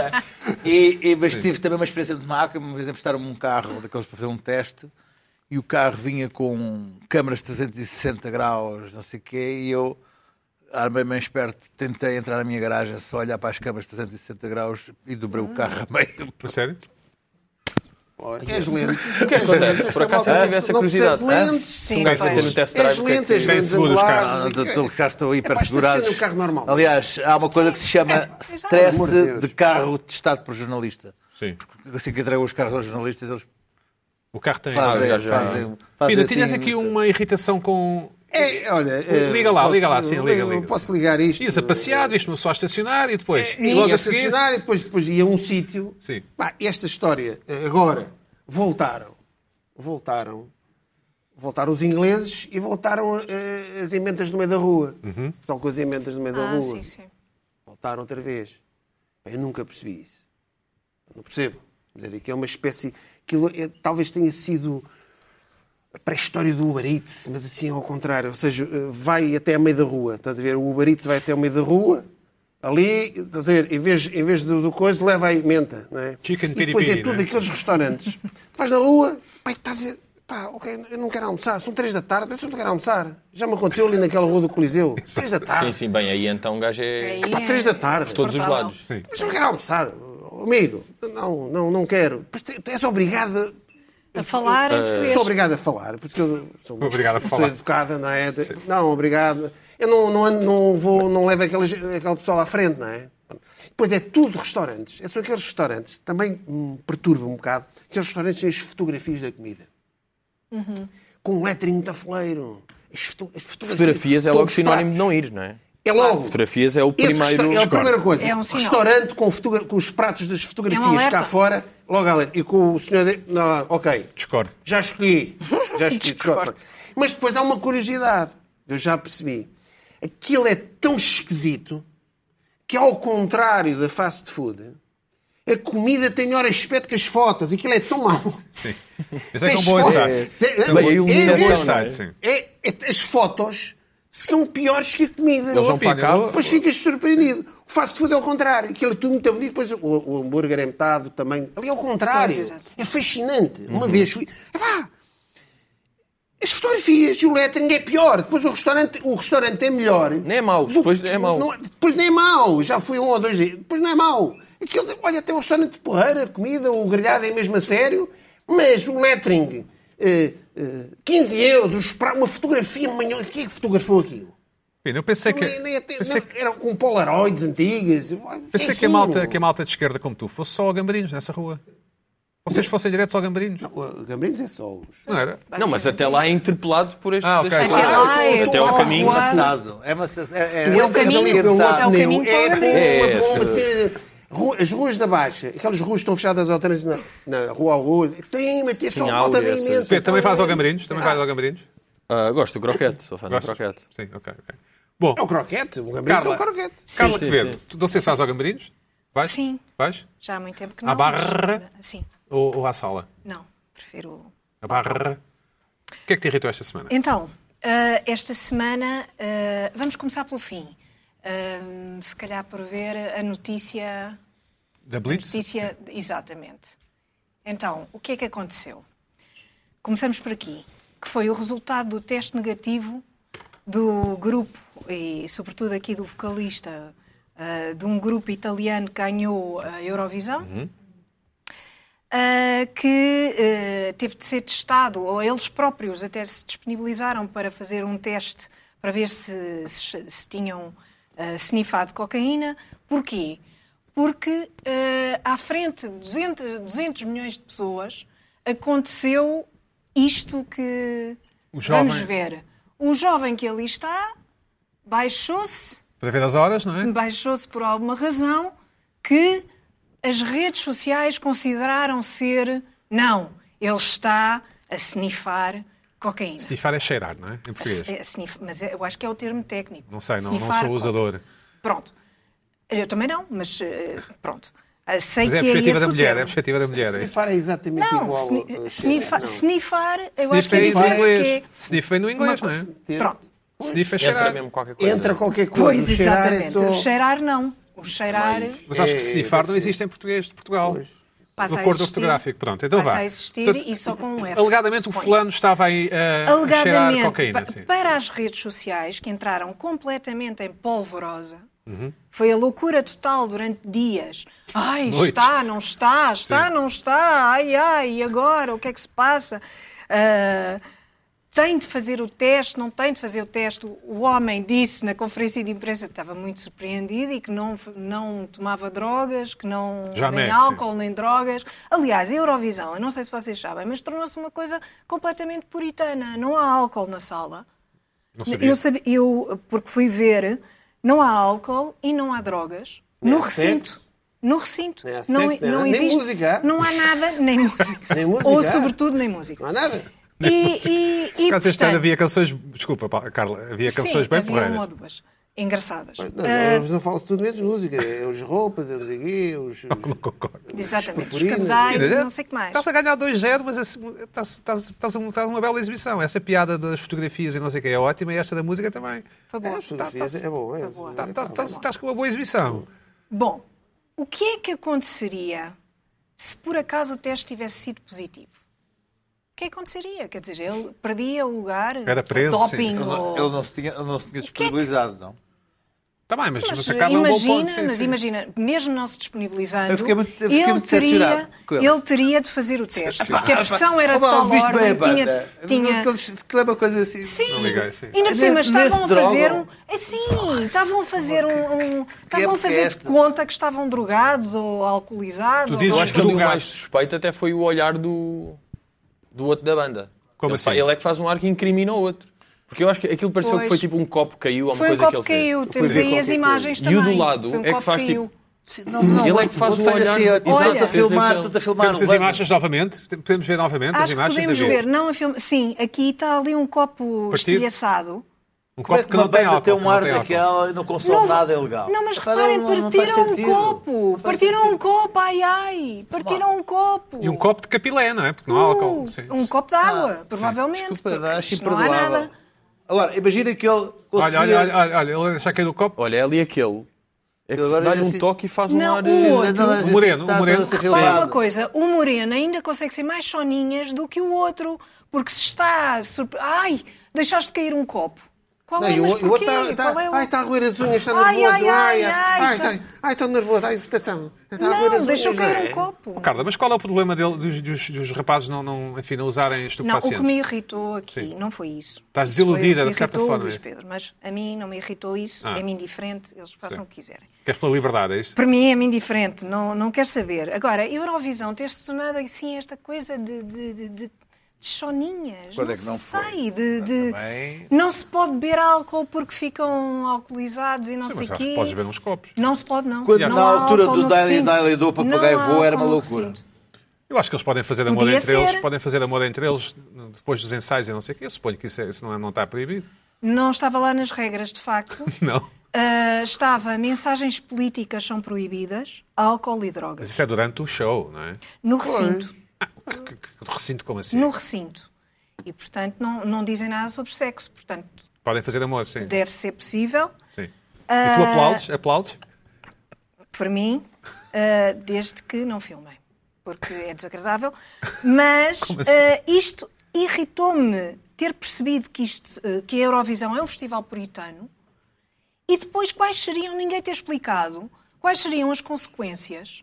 [SPEAKER 4] E, e- mas tive também uma experiência de marca, uma vez emprestaram-me um carro daqueles para fazer um teste e o carro vinha com câmaras 360 graus, não sei o quê, e eu, armei-me em esperto, tentei entrar na minha garagem só olhar para as câmaras 360 graus e dobrei o carro a meio.
[SPEAKER 1] A sério?
[SPEAKER 2] Ora, És lento.
[SPEAKER 5] é acontece? Por acaso eu tive essa
[SPEAKER 2] Não percebe
[SPEAKER 5] curiosidade. Ah, Hã?
[SPEAKER 2] lentes.
[SPEAKER 3] Sim,
[SPEAKER 5] gajo
[SPEAKER 3] pois.
[SPEAKER 5] tem no test drive,
[SPEAKER 2] És
[SPEAKER 5] o que é
[SPEAKER 2] lentes,
[SPEAKER 5] que-
[SPEAKER 2] és
[SPEAKER 1] Bem
[SPEAKER 2] lentes
[SPEAKER 1] seguros, cara.
[SPEAKER 2] angulares.
[SPEAKER 4] Ah, tô- tô- já estou
[SPEAKER 2] É
[SPEAKER 4] hiper
[SPEAKER 2] estaciona o um carro normal.
[SPEAKER 4] Aliás, há uma coisa que se chama
[SPEAKER 2] Amor de
[SPEAKER 4] stress
[SPEAKER 2] Deus.
[SPEAKER 4] de carro testado por jornalista.
[SPEAKER 1] Sim.
[SPEAKER 4] Porque assim que entregam os carros aos jornalistas, eles
[SPEAKER 1] O carro
[SPEAKER 2] Ah,
[SPEAKER 1] tem.
[SPEAKER 4] fazem.
[SPEAKER 5] já, já.
[SPEAKER 4] fazem, fazem
[SPEAKER 1] Pina, tinhas
[SPEAKER 4] é. assim-
[SPEAKER 1] aqui uma irritação com.
[SPEAKER 2] É, olha, eh,
[SPEAKER 1] Liga lá, liga lá, sim, liga,
[SPEAKER 2] eu
[SPEAKER 1] liga.
[SPEAKER 2] Posso ligar isto?
[SPEAKER 1] Ias a passear, viste uma pessoa a estacionar e depois.
[SPEAKER 2] É, E
[SPEAKER 1] E logo
[SPEAKER 2] ia
[SPEAKER 1] a seguir.
[SPEAKER 2] estacionar e depois, depois ia a um sítio.
[SPEAKER 1] Sim.
[SPEAKER 2] Pá, esta história, eh, agora, voltaram. Voltaram. Voltaram os ingleses e voltaram eh, as emendas no meio da rua.
[SPEAKER 1] Uhum.
[SPEAKER 2] Estão com as emendas no meio da
[SPEAKER 3] Ah,
[SPEAKER 2] rua.
[SPEAKER 3] sim, sim.
[SPEAKER 2] Voltaram outra vez. Pá, Eu nunca percebi isso. Não percebo. Quer dizer, que é uma espécie. Aquilo, é- talvez tenha sido a pré-história do Uber Eats, mas assim ao contrário. Ou seja, eh, vai até a meio da rua. Estás a ver? O Uber Eats vai até a meio da rua. Ali, estás a ver, em vez, em vez do, do coisa, leva aí menta. Não é?
[SPEAKER 1] Chicken
[SPEAKER 2] e depois é
[SPEAKER 1] piripiri,
[SPEAKER 2] tudo
[SPEAKER 1] não é?
[SPEAKER 2] aqueles restaurantes. tu vais na rua, pai, estás a. Pá, ok, eu não quero almoçar. São três da tarde, eu só não quero almoçar. Já me aconteceu ali naquela rua do Coliseu. Três da tarde.
[SPEAKER 5] Sim, sim, bem, aí então o gajo é.
[SPEAKER 3] Aí
[SPEAKER 2] Pá,
[SPEAKER 3] é-
[SPEAKER 2] três da tarde.
[SPEAKER 5] Todos os
[SPEAKER 3] Portável.
[SPEAKER 5] lados.
[SPEAKER 1] Sim.
[SPEAKER 2] Mas eu não quero almoçar, amigo. Não, não, não quero. Pois te- tu és obrigada.
[SPEAKER 3] A falar em português.
[SPEAKER 2] Sou obrigada a falar, porque eu sou uma
[SPEAKER 1] Obrigada a
[SPEAKER 2] pessoa
[SPEAKER 1] falar.
[SPEAKER 2] educada, não é? De- Não, obrigado. Eu não, não, ando- não vou, não levo aquela, aquela pessoa lá à frente, não é? Pois é, tudo restaurantes. É só aqueles restaurantes, também me perturba um bocado,
[SPEAKER 5] Uhum.
[SPEAKER 2] aqueles restaurantes têm as fotografias da comida. Com um lettering tafuleiro. As foto- as fotografias
[SPEAKER 5] Fotografias é logo
[SPEAKER 2] assim, todos
[SPEAKER 5] sinónimo de
[SPEAKER 2] pratos.
[SPEAKER 5] não ir, não é?
[SPEAKER 2] É logo.
[SPEAKER 5] Fotografias é o
[SPEAKER 2] Esse
[SPEAKER 5] primeiro.
[SPEAKER 2] resta- É a primeira coisa.
[SPEAKER 3] É um sinal.
[SPEAKER 2] Restaurante com, fotogra- com os pratos das
[SPEAKER 3] É um
[SPEAKER 2] fotografias
[SPEAKER 3] alerta.
[SPEAKER 2] cá fora, logo alerta. E com o senhor. de- Não, ok.
[SPEAKER 1] Discordo.
[SPEAKER 2] Já escolhi. Já escolhi. desculpa.
[SPEAKER 3] Discordo.
[SPEAKER 2] Mas depois há uma curiosidade. Eu já percebi. Aquilo é tão esquisito que, ao contrário da fast food, a comida tem melhor aspecto que as fotos. Aquilo é tão mau.
[SPEAKER 1] Sim. Esse é que é um
[SPEAKER 2] As
[SPEAKER 1] bom
[SPEAKER 2] fotos-
[SPEAKER 1] insight.
[SPEAKER 2] Sim,
[SPEAKER 1] Esse é um
[SPEAKER 2] mas
[SPEAKER 1] bom-
[SPEAKER 2] eu-
[SPEAKER 1] esse é um bom
[SPEAKER 2] eu-
[SPEAKER 1] insight, sim.
[SPEAKER 2] é- é- as fotos são piores que a comida.
[SPEAKER 5] Eles vão para cá.
[SPEAKER 2] Depois ficas surpreendido. O fast food é ao contrário. Aquilo é tudo muito bonito. Depois o, o hambúrguer é metade, o tamanho. Ali é ao contrário.
[SPEAKER 3] Pois, exato.
[SPEAKER 2] é fascinante.
[SPEAKER 1] Uhum.
[SPEAKER 2] Uma vez fui. Epá, as fotografias e o lettering é pior. Depois o restaurante, o restaurante é melhor.
[SPEAKER 5] Nem é mau. Depois
[SPEAKER 2] Do-
[SPEAKER 5] é mau.
[SPEAKER 2] não- depois nem é mau. Já fui um ou dois dias. Depois não é mau. Aquilo, olha, até um restaurante de porreira, a comida, o grelhado é mesmo a sério. Mas o lettering, eh, eh, 15 euros, os pra- uma fotografia manhosa. Quem é que fotografou aquilo?
[SPEAKER 1] Pena, Eu pensei que,
[SPEAKER 2] Nem- nem até-
[SPEAKER 1] pensei,
[SPEAKER 2] não, Eram com polaroids antigas. É
[SPEAKER 1] pensei que, a
[SPEAKER 2] aquilo.
[SPEAKER 1] malta, que a malta de esquerda como tu fosse só a gambarinos nessa rua. Vocês fossem diretos ao gambarinos. Não,
[SPEAKER 2] O Gambrinhos é só os...
[SPEAKER 1] era?
[SPEAKER 5] Não, mas até lá é interpelado por este.
[SPEAKER 1] Ah, ok.
[SPEAKER 5] deste-
[SPEAKER 1] Até
[SPEAKER 3] lá é
[SPEAKER 5] até ao
[SPEAKER 3] uma
[SPEAKER 5] caminho.
[SPEAKER 3] rua-
[SPEAKER 4] Amassado. É amassado. É,
[SPEAKER 2] Tu
[SPEAKER 3] É o
[SPEAKER 2] entras
[SPEAKER 3] caminho-
[SPEAKER 2] ali pelo
[SPEAKER 3] é o
[SPEAKER 2] outro
[SPEAKER 3] caminho
[SPEAKER 2] pneu,
[SPEAKER 3] para o
[SPEAKER 2] é,
[SPEAKER 5] Grande.
[SPEAKER 2] é,
[SPEAKER 5] É,
[SPEAKER 2] uma-
[SPEAKER 5] esse.
[SPEAKER 2] assim, ru- as ruas da Baixa, aquelas ruas que estão fechadas ao trânsito na, na rua ao rua, tem uma tem só
[SPEAKER 5] Sim, há
[SPEAKER 2] malta da
[SPEAKER 5] essas.
[SPEAKER 2] imensa.
[SPEAKER 1] Pedro, também faz ao gambarinos? Também
[SPEAKER 2] Ah,
[SPEAKER 1] faz ao gambarinos?
[SPEAKER 5] Ah, gosto do croquete, sou fã do
[SPEAKER 1] Gostas?
[SPEAKER 5] croquete.
[SPEAKER 1] Sim, ok, ok. Bom,
[SPEAKER 2] É o croquete, o gambrinhos é
[SPEAKER 1] Carla.
[SPEAKER 2] o croquete.
[SPEAKER 1] Carla
[SPEAKER 5] sim,
[SPEAKER 1] Quevedo,
[SPEAKER 5] sim.
[SPEAKER 1] tu não sei se faz ao gambarinos? Vais?
[SPEAKER 3] Sim.
[SPEAKER 1] Vais?
[SPEAKER 3] Já há muito tempo que
[SPEAKER 1] À
[SPEAKER 3] não.
[SPEAKER 1] barra?
[SPEAKER 3] mas- Sim.
[SPEAKER 1] Ou, ou à sala?
[SPEAKER 3] Não, prefiro.
[SPEAKER 1] A barra. O que é que te irritou esta semana?
[SPEAKER 3] Então, ah, esta semana, ah, vamos começar pelo fim. Ah, se calhar por ver a notícia
[SPEAKER 1] Da Blitz?
[SPEAKER 3] notícia, exatamente. Então, o que é que aconteceu? Começamos por aqui, que foi o resultado do teste negativo do grupo, e sobretudo aqui do vocalista, ah, de um grupo italiano que ganhou a Eurovisão, ah, que ah, teve de ser testado, ou eles próprios até se disponibilizaram para fazer um teste para ver se, se- se tinham ah, snifado cocaína. Porquê? Porque ah, à frente de 200, 200 milhões de pessoas aconteceu isto que
[SPEAKER 1] O jovem-
[SPEAKER 3] vamos ver. O jovem que ali está baixou-se
[SPEAKER 1] Para ver as horas, não é?
[SPEAKER 3] baixou-se por alguma razão que as redes sociais consideraram ser não, ele está a snifar cocaína.
[SPEAKER 1] Snifar é cheirar, não é? Em português.
[SPEAKER 3] É, snif- mas eu acho que é o termo técnico.
[SPEAKER 1] Não sei, não- não
[SPEAKER 3] Snifar
[SPEAKER 1] sou usador.
[SPEAKER 3] coca. Pronto. Eu também não, mas eh, pronto. Ah, Sei
[SPEAKER 1] Mas é a
[SPEAKER 3] que é
[SPEAKER 1] perspectiva
[SPEAKER 3] esse
[SPEAKER 1] da
[SPEAKER 3] o
[SPEAKER 1] mulher,
[SPEAKER 3] termo.
[SPEAKER 1] é a perspectiva da mulher. é isso.
[SPEAKER 2] Snifar é exatamente
[SPEAKER 3] Não,
[SPEAKER 2] igual. a-
[SPEAKER 3] sni-
[SPEAKER 2] a-
[SPEAKER 3] snifar,
[SPEAKER 2] não.
[SPEAKER 3] snifar, eu acho
[SPEAKER 1] Sniff
[SPEAKER 3] que
[SPEAKER 1] é
[SPEAKER 3] é
[SPEAKER 1] em
[SPEAKER 3] diferente.
[SPEAKER 1] inglês.
[SPEAKER 3] que
[SPEAKER 1] Sniff é no
[SPEAKER 3] é uma
[SPEAKER 1] inglês, não é?
[SPEAKER 3] coisa- Pronto.
[SPEAKER 1] Sniff é
[SPEAKER 5] Entra
[SPEAKER 1] cheirar.
[SPEAKER 5] mesmo qualquer coisa.
[SPEAKER 2] Entra qualquer coisa.
[SPEAKER 3] Pois,
[SPEAKER 2] o cheirar
[SPEAKER 3] exatamente.
[SPEAKER 2] É
[SPEAKER 3] O
[SPEAKER 2] só...
[SPEAKER 3] cheirar não. O cheirar...
[SPEAKER 1] Mas acho que
[SPEAKER 2] É,
[SPEAKER 1] snifar
[SPEAKER 2] deve
[SPEAKER 1] não existe em português de Portugal.
[SPEAKER 3] Passa
[SPEAKER 1] no
[SPEAKER 3] a
[SPEAKER 1] acordo
[SPEAKER 3] existir.
[SPEAKER 1] ortográfico, pronto. Então
[SPEAKER 3] Passa
[SPEAKER 1] vá.
[SPEAKER 3] a existir
[SPEAKER 1] Portanto,
[SPEAKER 3] e só com um F.
[SPEAKER 1] Alegadamente o
[SPEAKER 3] suponho.
[SPEAKER 1] fulano estava aí eh, a a cheirar
[SPEAKER 3] Alegadamente,
[SPEAKER 1] cocaína.
[SPEAKER 3] pa-
[SPEAKER 1] sim.
[SPEAKER 3] para as redes sociais, que entraram completamente em polvorosa,
[SPEAKER 1] Uhum.
[SPEAKER 3] foi a loucura total durante dias. Ai,
[SPEAKER 1] Noites.
[SPEAKER 3] está, não está, está, não está, ai, ai, e agora? O que é que se passa? Ah, tem de fazer o teste, não tem de fazer o teste. O homem disse na conferência de imprensa que estava muito surpreendido e que não, não tomava drogas, que não
[SPEAKER 1] Já
[SPEAKER 3] nem
[SPEAKER 1] mete, sim.
[SPEAKER 3] álcool, nem drogas. Aliás, a Eurovisão, eu não sei se vocês sabem, mas tornou-se uma coisa completamente puritana. Não há álcool na sala.
[SPEAKER 1] Não sabia.
[SPEAKER 3] Eu, sabi- eu, porque fui ver, não há álcool e não há drogas. no
[SPEAKER 2] há
[SPEAKER 3] recinto.
[SPEAKER 2] sexo.
[SPEAKER 3] No recinto.
[SPEAKER 2] Nem há
[SPEAKER 3] não,
[SPEAKER 2] sexo, nem
[SPEAKER 3] não
[SPEAKER 2] nada. Nem
[SPEAKER 3] existe.
[SPEAKER 2] música.
[SPEAKER 3] Não há nada, nem música.
[SPEAKER 2] Nem música.
[SPEAKER 3] Ou, sobretudo, nem música.
[SPEAKER 2] Não há nada.
[SPEAKER 3] E, e,
[SPEAKER 1] Por
[SPEAKER 3] e,
[SPEAKER 1] acaso este ano
[SPEAKER 3] portanto,
[SPEAKER 1] havia canções. Desculpa, pá, Carla, havia canções
[SPEAKER 3] sim,
[SPEAKER 1] bem
[SPEAKER 3] havia uma ou
[SPEAKER 1] porreiras.
[SPEAKER 3] duas. Engraçadas.
[SPEAKER 2] Não,
[SPEAKER 3] Ah,
[SPEAKER 2] não, não fala-se tudo menos música. É os roupas, é os aqui, é os...
[SPEAKER 1] Não concordo.
[SPEAKER 3] exatamente. Os
[SPEAKER 2] purpurinas.
[SPEAKER 3] cabedais, e não sei o que mais.
[SPEAKER 1] Estás a ganhar 2-0, mas esse- estás estás- estás a montar uma bela exibição. Essa piada das fotografias e não sei o que é ótima e esta da música também.
[SPEAKER 3] Foi boa.
[SPEAKER 2] É, as fotografias, é bom, é.
[SPEAKER 3] Tá boa.
[SPEAKER 1] Tá- tá- Estás estás com uma boa exibição.
[SPEAKER 3] Bom, o que é que aconteceria se por acaso o teste tivesse sido positivo? O que é que aconteceria? Quer dizer, ele perdia o lugar
[SPEAKER 1] Era preso,
[SPEAKER 3] ao doping.
[SPEAKER 1] sim.
[SPEAKER 4] Ele,
[SPEAKER 3] ou-
[SPEAKER 4] não- ele não se tinha, ele não se tinha disponibilizado, não.
[SPEAKER 1] Também, mas,
[SPEAKER 3] Mas
[SPEAKER 1] mas acaba um bom
[SPEAKER 3] imagina,
[SPEAKER 1] ponto. sim,
[SPEAKER 3] mas
[SPEAKER 1] sim.
[SPEAKER 3] imagina, mesmo não se disponibilizando,
[SPEAKER 4] Eu fiquei muito- eu fiquei
[SPEAKER 3] ele,
[SPEAKER 4] muito decepcionado
[SPEAKER 3] teria,
[SPEAKER 4] com ele.
[SPEAKER 3] ele teria de fazer o teste. Porque a pressão era de
[SPEAKER 4] Opa,
[SPEAKER 3] tal
[SPEAKER 4] ouviste bem a
[SPEAKER 3] ordem, tinha...
[SPEAKER 4] banda?
[SPEAKER 3] tinha...
[SPEAKER 4] Aquilo é uma coisa assim.
[SPEAKER 3] Sim,
[SPEAKER 1] Não liguei, sim.
[SPEAKER 3] ainda por cima
[SPEAKER 4] Nesse-
[SPEAKER 3] estavam a
[SPEAKER 4] nesse
[SPEAKER 3] fazer um.
[SPEAKER 4] drogo.
[SPEAKER 3] É, Sim, estavam a fazer um. um- Estavam a
[SPEAKER 4] que é
[SPEAKER 3] fazer de
[SPEAKER 4] peste.
[SPEAKER 3] conta que estavam drogados ou alcoolizados.
[SPEAKER 1] Tu
[SPEAKER 3] ou
[SPEAKER 1] dizes
[SPEAKER 5] Eu
[SPEAKER 3] não.
[SPEAKER 5] acho que ali o
[SPEAKER 1] Lugar.
[SPEAKER 5] mais suspeito até foi o olhar do, do outro da banda.
[SPEAKER 1] Como
[SPEAKER 5] ele, fa-
[SPEAKER 1] assim?
[SPEAKER 5] ele é que faz um ar que incrimina o outro. Porque eu acho que aquilo pareceu que foi
[SPEAKER 3] Pois.
[SPEAKER 5] tipo um copo que caiu, alguma
[SPEAKER 3] Foi um
[SPEAKER 5] coisa
[SPEAKER 3] copo que
[SPEAKER 5] que ele
[SPEAKER 3] caiu,
[SPEAKER 5] fez.
[SPEAKER 3] temos
[SPEAKER 2] ver
[SPEAKER 3] aí as
[SPEAKER 2] qualquer
[SPEAKER 3] imagens
[SPEAKER 5] coisa. E o
[SPEAKER 3] também.
[SPEAKER 5] do lado
[SPEAKER 3] Foi um
[SPEAKER 5] é que
[SPEAKER 3] copo
[SPEAKER 5] faz,
[SPEAKER 1] tipo,
[SPEAKER 3] caiu.
[SPEAKER 4] Sim, Não, não,
[SPEAKER 5] Ele é que faz
[SPEAKER 4] outro
[SPEAKER 5] o
[SPEAKER 4] fez
[SPEAKER 5] olhar.
[SPEAKER 4] Assim, olha,
[SPEAKER 3] Olha.
[SPEAKER 4] está a filmar, está a filmar.
[SPEAKER 1] Temos
[SPEAKER 4] não
[SPEAKER 1] as
[SPEAKER 4] vai-
[SPEAKER 1] imagens novamente. Tem- Podemos ver novamente as
[SPEAKER 3] Acho que
[SPEAKER 1] imagens.
[SPEAKER 3] podemos
[SPEAKER 1] David?
[SPEAKER 3] ver. Não, a filme... Sim, aqui está ali um copo
[SPEAKER 1] Partido?
[SPEAKER 3] estilhaçado.
[SPEAKER 1] Um copo
[SPEAKER 4] Como é que
[SPEAKER 1] que não
[SPEAKER 4] uma
[SPEAKER 1] tem
[SPEAKER 4] banda
[SPEAKER 1] álcool.
[SPEAKER 4] tem
[SPEAKER 1] que
[SPEAKER 4] um
[SPEAKER 1] não
[SPEAKER 4] ar
[SPEAKER 1] tem álcool.
[SPEAKER 4] daquela e não consome nada, é legal?
[SPEAKER 3] Não, mas
[SPEAKER 4] Pá,
[SPEAKER 3] reparem,
[SPEAKER 4] não- não faz
[SPEAKER 3] partiram um
[SPEAKER 4] sentido.
[SPEAKER 3] copo.
[SPEAKER 4] Não faz
[SPEAKER 3] Partiram um
[SPEAKER 4] sentido.
[SPEAKER 3] copo, ai ai. Partiram um copo.
[SPEAKER 1] E um copo de capilé, não é? Porque não há álcool.
[SPEAKER 3] Uh,
[SPEAKER 1] Sim. assim
[SPEAKER 3] um copo de
[SPEAKER 4] Ah,
[SPEAKER 3] água, provavelmente.
[SPEAKER 4] Desculpa,
[SPEAKER 3] porque
[SPEAKER 4] acho
[SPEAKER 3] isto não há
[SPEAKER 4] imperdoável.
[SPEAKER 3] nada.
[SPEAKER 4] Agora, imagina que ele
[SPEAKER 1] Olha,
[SPEAKER 4] conseguia...
[SPEAKER 1] olha, olha, olha, olha, ele já caiu do copo.
[SPEAKER 5] Olha, é ali aquele. É que
[SPEAKER 4] Agora
[SPEAKER 5] dá-lhe
[SPEAKER 4] assim-
[SPEAKER 5] um toque e faz um
[SPEAKER 3] Não,
[SPEAKER 5] ar.
[SPEAKER 3] o
[SPEAKER 5] eh,
[SPEAKER 3] outro.
[SPEAKER 1] O moreno, o moreno.
[SPEAKER 3] Repara uma coisa, o moreno ainda consegue ser mais soninhas do que o outro, porque se está... surpre- Ai, deixaste cair um copo. Qual
[SPEAKER 2] Não,
[SPEAKER 3] é,
[SPEAKER 2] e o
[SPEAKER 3] mas
[SPEAKER 2] o outro
[SPEAKER 3] porquê?
[SPEAKER 2] está,
[SPEAKER 3] Qual é o-
[SPEAKER 2] tá, ai, está a roer as unhas, está
[SPEAKER 3] Ai,
[SPEAKER 2] nervoso. Ai,
[SPEAKER 3] ai, ai, ai,
[SPEAKER 2] ai,
[SPEAKER 3] está-
[SPEAKER 2] ai, ai, estou nervoso, ai, votação. Está a roer as
[SPEAKER 3] Não,
[SPEAKER 2] unhas,
[SPEAKER 3] deixou
[SPEAKER 2] não é?
[SPEAKER 3] cair um copo.
[SPEAKER 1] Carla, mas qual é o problema dele- dos, dos- dos rapazes não, não, enfim, não usarem
[SPEAKER 3] Não, o
[SPEAKER 1] estupefacientes?
[SPEAKER 3] que me irritou aqui não foi isso.
[SPEAKER 1] Estás
[SPEAKER 3] Isso foi o que
[SPEAKER 1] desiludida, de certa
[SPEAKER 3] irritou o
[SPEAKER 1] forma. é?
[SPEAKER 3] Luís Pedro, mas a mim não me irritou isso,
[SPEAKER 1] Ah.
[SPEAKER 3] é-me indiferente, eles façam o que quiserem.
[SPEAKER 1] Queres pela liberdade, é isso?
[SPEAKER 3] Para mim é-me indiferente, não, não quero saber. Agora, Eurovisão ter-se tornado assim esta coisa de, de, de, de- de soninhas.
[SPEAKER 10] Quando é que não foi?
[SPEAKER 3] sei, de, de-
[SPEAKER 10] também-
[SPEAKER 3] Não se pode beber álcool porque ficam alcoolizados e
[SPEAKER 1] Sim,
[SPEAKER 3] não sei
[SPEAKER 1] mas
[SPEAKER 3] o
[SPEAKER 1] acho que
[SPEAKER 3] quê.
[SPEAKER 1] podes ver uns copos.
[SPEAKER 3] Não se pode, não.
[SPEAKER 4] Quando
[SPEAKER 3] Não
[SPEAKER 4] na
[SPEAKER 3] há
[SPEAKER 4] altura
[SPEAKER 3] álcool
[SPEAKER 4] do
[SPEAKER 3] no
[SPEAKER 4] Daily
[SPEAKER 3] recinto.
[SPEAKER 4] Daily do
[SPEAKER 3] Não
[SPEAKER 4] Papagaio
[SPEAKER 3] há
[SPEAKER 4] Voo era
[SPEAKER 3] álcool
[SPEAKER 4] uma
[SPEAKER 3] no
[SPEAKER 4] loucura.
[SPEAKER 3] recinto.
[SPEAKER 1] Eu acho que eles podem fazer amor
[SPEAKER 3] Podia
[SPEAKER 1] entre eles,
[SPEAKER 3] ser.
[SPEAKER 1] podem fazer amor entre eles depois dos ensaios e não sei o quê. Eu suponho que isso, é- isso não, é- não está proibido.
[SPEAKER 3] Não estava lá nas regras, de facto.
[SPEAKER 1] Não.
[SPEAKER 3] Ah, estava, mensagens políticas são proibidas, álcool e drogas.
[SPEAKER 1] Mas isso é durante o show, não é?
[SPEAKER 3] No recinto.
[SPEAKER 1] Que, que- que recinto como assim?
[SPEAKER 3] No recinto. E, portanto, não, não dizem nada sobre sexo. Portanto,
[SPEAKER 1] Podem fazer amor, sim.
[SPEAKER 3] deve ser possível.
[SPEAKER 1] sim. E
[SPEAKER 3] Ah,
[SPEAKER 1] tu aplaudes? Aplaudes?
[SPEAKER 3] Por mim, ah, desde que não filmem, porque é desagradável. Mas ah,
[SPEAKER 1] assim?
[SPEAKER 3] isto irritou-me ter percebido que, isto, ah, que a Eurovisão é um festival puritano e depois quais seriam, ninguém ter explicado, quais seriam as consequências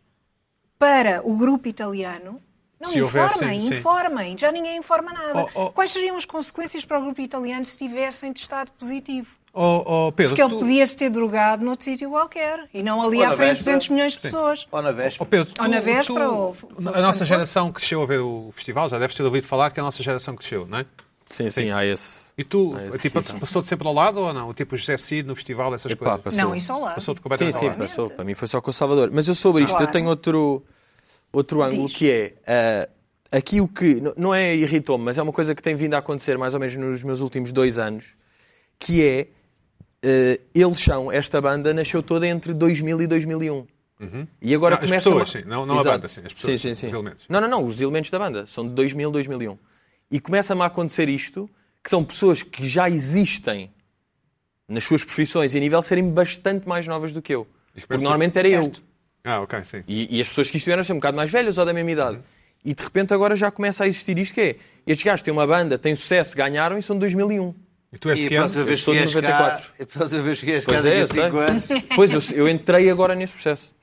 [SPEAKER 3] para o grupo italiano. Não,
[SPEAKER 1] Se houvesse,
[SPEAKER 3] informem,
[SPEAKER 1] sim.
[SPEAKER 3] informem, já ninguém informa nada.
[SPEAKER 1] Oh, oh.
[SPEAKER 3] Quais seriam as consequências para o grupo italiano se tivessem testado positivo?
[SPEAKER 1] Oh, oh, Pedro,
[SPEAKER 3] Porque é um ele
[SPEAKER 1] tu-
[SPEAKER 3] podia-se ter drogado noutro sítio qualquer e não ali
[SPEAKER 4] Ou
[SPEAKER 3] à
[SPEAKER 4] na
[SPEAKER 3] frente de
[SPEAKER 4] véspera.
[SPEAKER 3] 200 milhões de pessoas.
[SPEAKER 4] Ou na véspera.
[SPEAKER 1] Oh, Pedro,
[SPEAKER 3] Ou na véspera, ou fosse
[SPEAKER 1] a
[SPEAKER 3] quando
[SPEAKER 1] nossa
[SPEAKER 3] fosse.
[SPEAKER 1] geração que cresceu a ver o festival, já deves ter ouvido falar que é a nossa geração que cresceu, não é?
[SPEAKER 5] Sim, sim, há esse.
[SPEAKER 1] E tu,
[SPEAKER 5] Ah, esse
[SPEAKER 1] tipo,
[SPEAKER 5] tipo.
[SPEAKER 1] passou-te sempre ao lado ou não? O Tipo, o José Cid no festival, essas
[SPEAKER 5] Epá,
[SPEAKER 1] coisas.
[SPEAKER 5] passou.
[SPEAKER 3] Não, isso ao lado.
[SPEAKER 1] Passou-te
[SPEAKER 5] Sim,
[SPEAKER 1] completamente
[SPEAKER 5] sim,
[SPEAKER 1] ao lado.
[SPEAKER 5] passou. Para mim foi só com o Salvador. Mas eu sobre isto,
[SPEAKER 3] Claro.
[SPEAKER 5] eu tenho outro, outro ângulo
[SPEAKER 3] Diz.
[SPEAKER 5] que é. ah, aqui o que. n- Não é irritou-me, mas é uma coisa que tem vindo a acontecer mais ou menos nos meus últimos dois anos. Que é. ah, eles são. Esta banda nasceu toda entre 2000 e 2001. E agora
[SPEAKER 1] Uhum. Não, as
[SPEAKER 5] começa.
[SPEAKER 1] pessoas,
[SPEAKER 5] uma-
[SPEAKER 1] sim, não- não a
[SPEAKER 5] Exato.
[SPEAKER 1] banda, sim, as pessoas,
[SPEAKER 5] sim, sim.
[SPEAKER 1] os elementos.
[SPEAKER 5] Não, não, não, os elementos da banda. São de 2000, 2001. E começa-me a acontecer isto, que são pessoas que já existem nas suas profissões e a nível serem bastante mais novas do que eu. Porque
[SPEAKER 1] parece-
[SPEAKER 5] normalmente era eu.
[SPEAKER 1] Ah, ok, sim.
[SPEAKER 5] E, e as pessoas que estiveram são um bocado mais velhas ou da mesma idade. E de repente agora já começa a existir isto que é, estes gajos têm uma banda, têm sucesso, ganharam e um. são de 2001.
[SPEAKER 1] E tu és
[SPEAKER 4] E
[SPEAKER 1] de
[SPEAKER 4] a
[SPEAKER 1] que ano?
[SPEAKER 4] próxima
[SPEAKER 5] Eu
[SPEAKER 4] vez que
[SPEAKER 5] sou de
[SPEAKER 4] és cá,
[SPEAKER 5] 94.
[SPEAKER 4] a próxima vez que és cá
[SPEAKER 5] Pois é,
[SPEAKER 4] daqui a
[SPEAKER 5] eu sei.
[SPEAKER 4] 5 anos,
[SPEAKER 5] Pois, eu, eu entrei agora nesse processo.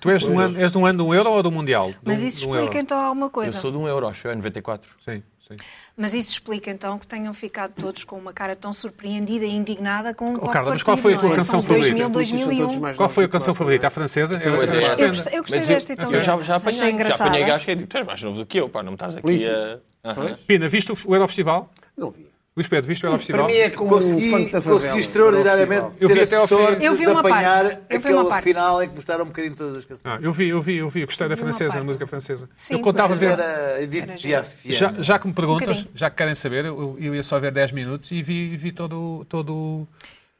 [SPEAKER 1] Tu és de um ano, és de um ano do Euro ou do Mundial? De
[SPEAKER 3] Mas
[SPEAKER 1] um-
[SPEAKER 3] isso
[SPEAKER 1] de um
[SPEAKER 3] explica
[SPEAKER 1] Euro.
[SPEAKER 3] então alguma
[SPEAKER 5] Eu
[SPEAKER 3] coisa.
[SPEAKER 5] sou de um euro, acho eu, é 94.
[SPEAKER 1] Sim, sim.
[SPEAKER 3] Mas isso explica então que tenham ficado todos com uma cara tão surpreendida e indignada com um
[SPEAKER 1] Oh,
[SPEAKER 3] copo
[SPEAKER 1] Carla, mas qual foi a tua
[SPEAKER 3] partido, não é?
[SPEAKER 1] canção
[SPEAKER 3] São 2000,
[SPEAKER 1] favorita?
[SPEAKER 2] todos
[SPEAKER 3] 2001.
[SPEAKER 2] mais
[SPEAKER 1] Qual foi a
[SPEAKER 2] novos
[SPEAKER 1] canção
[SPEAKER 2] que nós,
[SPEAKER 1] favorita? A francesa? É outra
[SPEAKER 5] é
[SPEAKER 1] que
[SPEAKER 5] esta.
[SPEAKER 1] surpreende.
[SPEAKER 3] Eu gostei
[SPEAKER 5] Mas
[SPEAKER 3] desta
[SPEAKER 5] eu,
[SPEAKER 3] italiana.
[SPEAKER 5] eu já, já
[SPEAKER 3] então. Achei
[SPEAKER 5] apanhei, já
[SPEAKER 3] engraçada.
[SPEAKER 5] apanhei gajos que é tipo, tu és mais novo do que eu, pá, não me estás aqui
[SPEAKER 2] Polícias.
[SPEAKER 5] a... Aham.
[SPEAKER 1] Pina, viste o o Eurofestival?
[SPEAKER 2] Não vi.
[SPEAKER 1] Luís Pedro, viste o
[SPEAKER 2] Para
[SPEAKER 1] Eurofestival?
[SPEAKER 2] mim é como um funk
[SPEAKER 4] consegui,
[SPEAKER 2] da favela.
[SPEAKER 4] consegui extraordinariamente
[SPEAKER 1] Eu vi
[SPEAKER 4] ter a
[SPEAKER 1] até ao fim.
[SPEAKER 4] sorte
[SPEAKER 3] Eu vi
[SPEAKER 4] de
[SPEAKER 3] uma parte.
[SPEAKER 4] apanhar
[SPEAKER 3] Eu vi uma
[SPEAKER 4] aquele
[SPEAKER 3] parte.
[SPEAKER 4] final em que mostraram um bocadinho todas as canções.
[SPEAKER 1] Ah, eu vi, eu vi, eu vi. Eu gostei da
[SPEAKER 3] Uma
[SPEAKER 1] francesa, da
[SPEAKER 3] parte.
[SPEAKER 1] música francesa.
[SPEAKER 3] Sim, é. Um
[SPEAKER 1] eu contava a
[SPEAKER 4] Mas
[SPEAKER 1] ver.
[SPEAKER 4] Era Edith Piaf.
[SPEAKER 1] Já, já que me perguntas,
[SPEAKER 3] bocadinho.
[SPEAKER 1] já que querem saber, eu, eu ia só ver 10 minutos e vi, vi todo, o- todo o-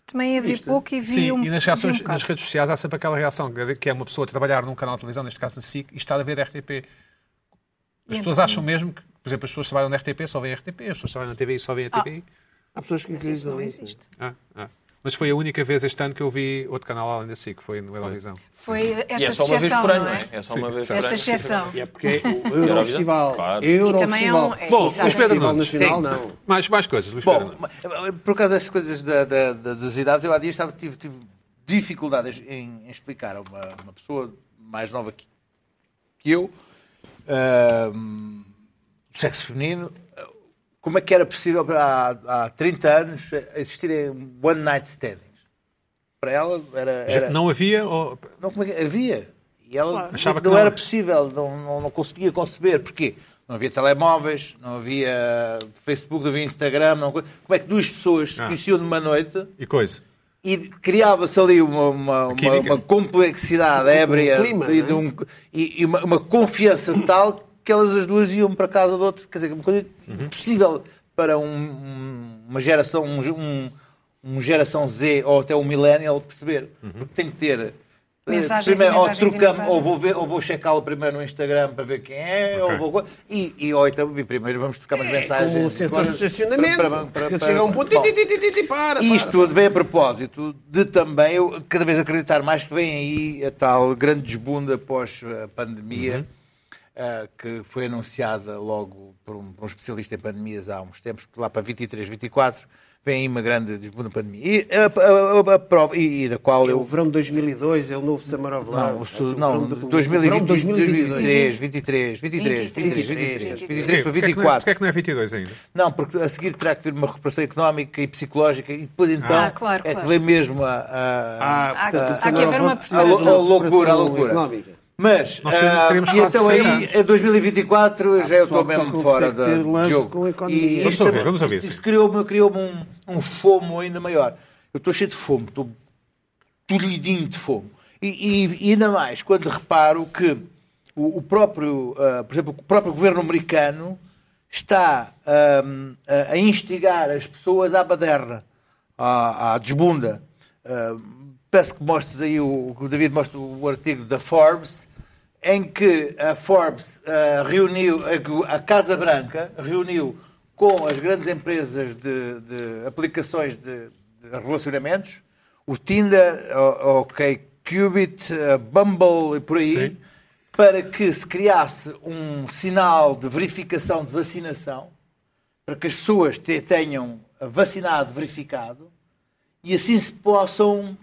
[SPEAKER 3] Também a vi pouco e vi
[SPEAKER 1] Sim,
[SPEAKER 3] um
[SPEAKER 1] e nas,
[SPEAKER 3] vi um
[SPEAKER 1] reações,
[SPEAKER 3] bocado.
[SPEAKER 1] nas redes sociais há sempre aquela reação que é uma pessoa a trabalhar num canal de televisão, neste caso na SIC, e estar a ver RTP. As pessoas
[SPEAKER 3] Então.
[SPEAKER 1] acham mesmo que, por exemplo, as pessoas que trabalham na RTP só veem RTP, as pessoas que trabalham na TV só veem a TVI.
[SPEAKER 2] Há pessoas que
[SPEAKER 3] Isso
[SPEAKER 2] utilizam
[SPEAKER 3] não
[SPEAKER 2] isso.
[SPEAKER 3] existe.
[SPEAKER 1] Ah, ah. Mas foi a única vez este ano que eu vi outro canal além da SIC, foi no Eurovisão.
[SPEAKER 3] Foi esta
[SPEAKER 5] E é só uma vez
[SPEAKER 3] exceção,
[SPEAKER 5] por ano,
[SPEAKER 3] não
[SPEAKER 5] não
[SPEAKER 3] é?
[SPEAKER 5] é? É só uma
[SPEAKER 1] Sim,
[SPEAKER 5] vez por ano.
[SPEAKER 3] Esta exceção.
[SPEAKER 2] É porque é o Eurofestival.
[SPEAKER 5] Claro.
[SPEAKER 3] também é um-
[SPEAKER 2] Eurofestival.
[SPEAKER 3] é,
[SPEAKER 2] Bom,
[SPEAKER 3] exatamente.
[SPEAKER 2] Festival
[SPEAKER 1] Nunes.
[SPEAKER 2] Nacional, não.
[SPEAKER 1] Mais, mais coisas, Luís Pedro.
[SPEAKER 4] Bom,
[SPEAKER 1] Nunes.
[SPEAKER 4] mas, eh, por causa das coisas da- da- da- das idades, eu há dias estava, tive, tive dificuldades em, em explicar a uma, uma pessoa mais nova que, que eu, ah, do sexo feminino, ah, como é que era possível há, há 30 anos existirem one night standings. Para ela era...
[SPEAKER 1] Já
[SPEAKER 4] era-
[SPEAKER 1] Não havia. ou-
[SPEAKER 4] não, como é que- havia. E ela
[SPEAKER 1] Achava
[SPEAKER 4] não,
[SPEAKER 1] que não.
[SPEAKER 4] era possível, não, não, não conseguia conceber. Porquê? Não havia telemóveis, não havia Facebook, não havia Instagram. Não... Como é que duas pessoas se
[SPEAKER 1] Ah.
[SPEAKER 4] conheciam numa noite
[SPEAKER 1] E coisa.
[SPEAKER 4] e criava-se ali uma, uma, uma-
[SPEAKER 1] química.
[SPEAKER 4] uma complexidade ébria
[SPEAKER 2] clima,
[SPEAKER 4] e,
[SPEAKER 2] não é?
[SPEAKER 4] de um- e- e uma, uma confiança tal que elas as duas iam para casa do outro. Quer dizer, uma coisa impossível para um- um- uma geração, um, um- um geração Z ou até um millennial perceber.
[SPEAKER 1] Uhum.
[SPEAKER 4] Porque tem que ter. eh,
[SPEAKER 3] Mensagens e
[SPEAKER 4] primeiro, ou
[SPEAKER 3] mensagens e
[SPEAKER 4] trocamos,
[SPEAKER 3] mensagens.
[SPEAKER 4] ou vou, ver- ou vou checá-lo primeiro no Instagram para ver quem é,
[SPEAKER 1] Ok.
[SPEAKER 4] ou vou. E, e, ou então, e primeiro vamos trocar umas mensagens.
[SPEAKER 2] É, Com sensores de
[SPEAKER 4] Para-
[SPEAKER 2] estacionamento.
[SPEAKER 4] para- para- para-
[SPEAKER 2] Ele chega a um ponto. ti,
[SPEAKER 4] Bom.
[SPEAKER 2] ti, ti, ti, ti, para,
[SPEAKER 4] E
[SPEAKER 2] para.
[SPEAKER 4] Isto tudo vem a propósito de também eu cada vez acreditar mais que vem aí a tal grande desbunda após a pandemia, ah, que foi anunciada logo por um, por um especialista em pandemias há uns tempos, que lá para 23, 24, vem aí uma grande desbunda de pandemia. E, a- a- a- a prova- e- e da qual
[SPEAKER 2] É
[SPEAKER 4] eu
[SPEAKER 2] o verão de 2002, é o novo Samarov lá.
[SPEAKER 4] não, o
[SPEAKER 2] É o
[SPEAKER 4] su-
[SPEAKER 2] verão
[SPEAKER 4] não,
[SPEAKER 2] do- o
[SPEAKER 4] 2020,
[SPEAKER 2] verão de 2022.
[SPEAKER 4] 2023, 23, 23, 23, 23, 23 para
[SPEAKER 1] Porquê que não é-
[SPEAKER 4] 24.
[SPEAKER 1] Porquê que não é 22 ainda?
[SPEAKER 4] Não, porque a seguir terá que vir uma recuperação económica e psicológica e depois então
[SPEAKER 3] Ah, claro,
[SPEAKER 4] é que
[SPEAKER 3] claro. é
[SPEAKER 4] vem mesmo a, a-
[SPEAKER 2] Ah,
[SPEAKER 3] Há-
[SPEAKER 2] portanto,
[SPEAKER 3] há
[SPEAKER 2] o Samarov
[SPEAKER 3] que haver uma
[SPEAKER 2] Rock-
[SPEAKER 4] a, lou-
[SPEAKER 3] Sim,
[SPEAKER 4] a loucura, a loucura.
[SPEAKER 2] económica.
[SPEAKER 4] Mas,
[SPEAKER 1] Nós
[SPEAKER 4] ah,
[SPEAKER 1] teremos
[SPEAKER 4] e
[SPEAKER 1] quase
[SPEAKER 4] então
[SPEAKER 1] cem
[SPEAKER 4] aí,
[SPEAKER 1] anos. Ah,
[SPEAKER 4] a 2024, já é eu
[SPEAKER 2] pessoal que só
[SPEAKER 4] estou mesmo
[SPEAKER 2] consegue
[SPEAKER 4] fora da-
[SPEAKER 2] ter
[SPEAKER 4] do
[SPEAKER 2] lance
[SPEAKER 4] jogo.
[SPEAKER 2] com a economia.
[SPEAKER 4] E
[SPEAKER 2] Vamos
[SPEAKER 4] isto
[SPEAKER 1] ouvir,
[SPEAKER 4] é-
[SPEAKER 1] vamos ouvir,
[SPEAKER 4] Isto
[SPEAKER 1] sim.
[SPEAKER 4] criou-me criou um, um fomo ainda maior. Eu estou cheio de fome, estou tolhidinho de fome. E, e- e ainda mais, quando reparo que o, o próprio, ah, por exemplo, o próprio governo americano está ahm, a- a instigar as pessoas à baderna, à, à desbunda. Ah, peço que mostres aí, o, que o David mostra o artigo da Forbes, em que a Forbes ah, reuniu, a que a Casa Branca reuniu com as grandes empresas de, de aplicações de, de relacionamentos, o Tinder, o, ok, Qubit, a Bumble e por aí,
[SPEAKER 1] Sim.
[SPEAKER 4] para que se criasse um sinal de verificação de vacinação, para que as pessoas te- tenham vacinado, verificado, e assim se possam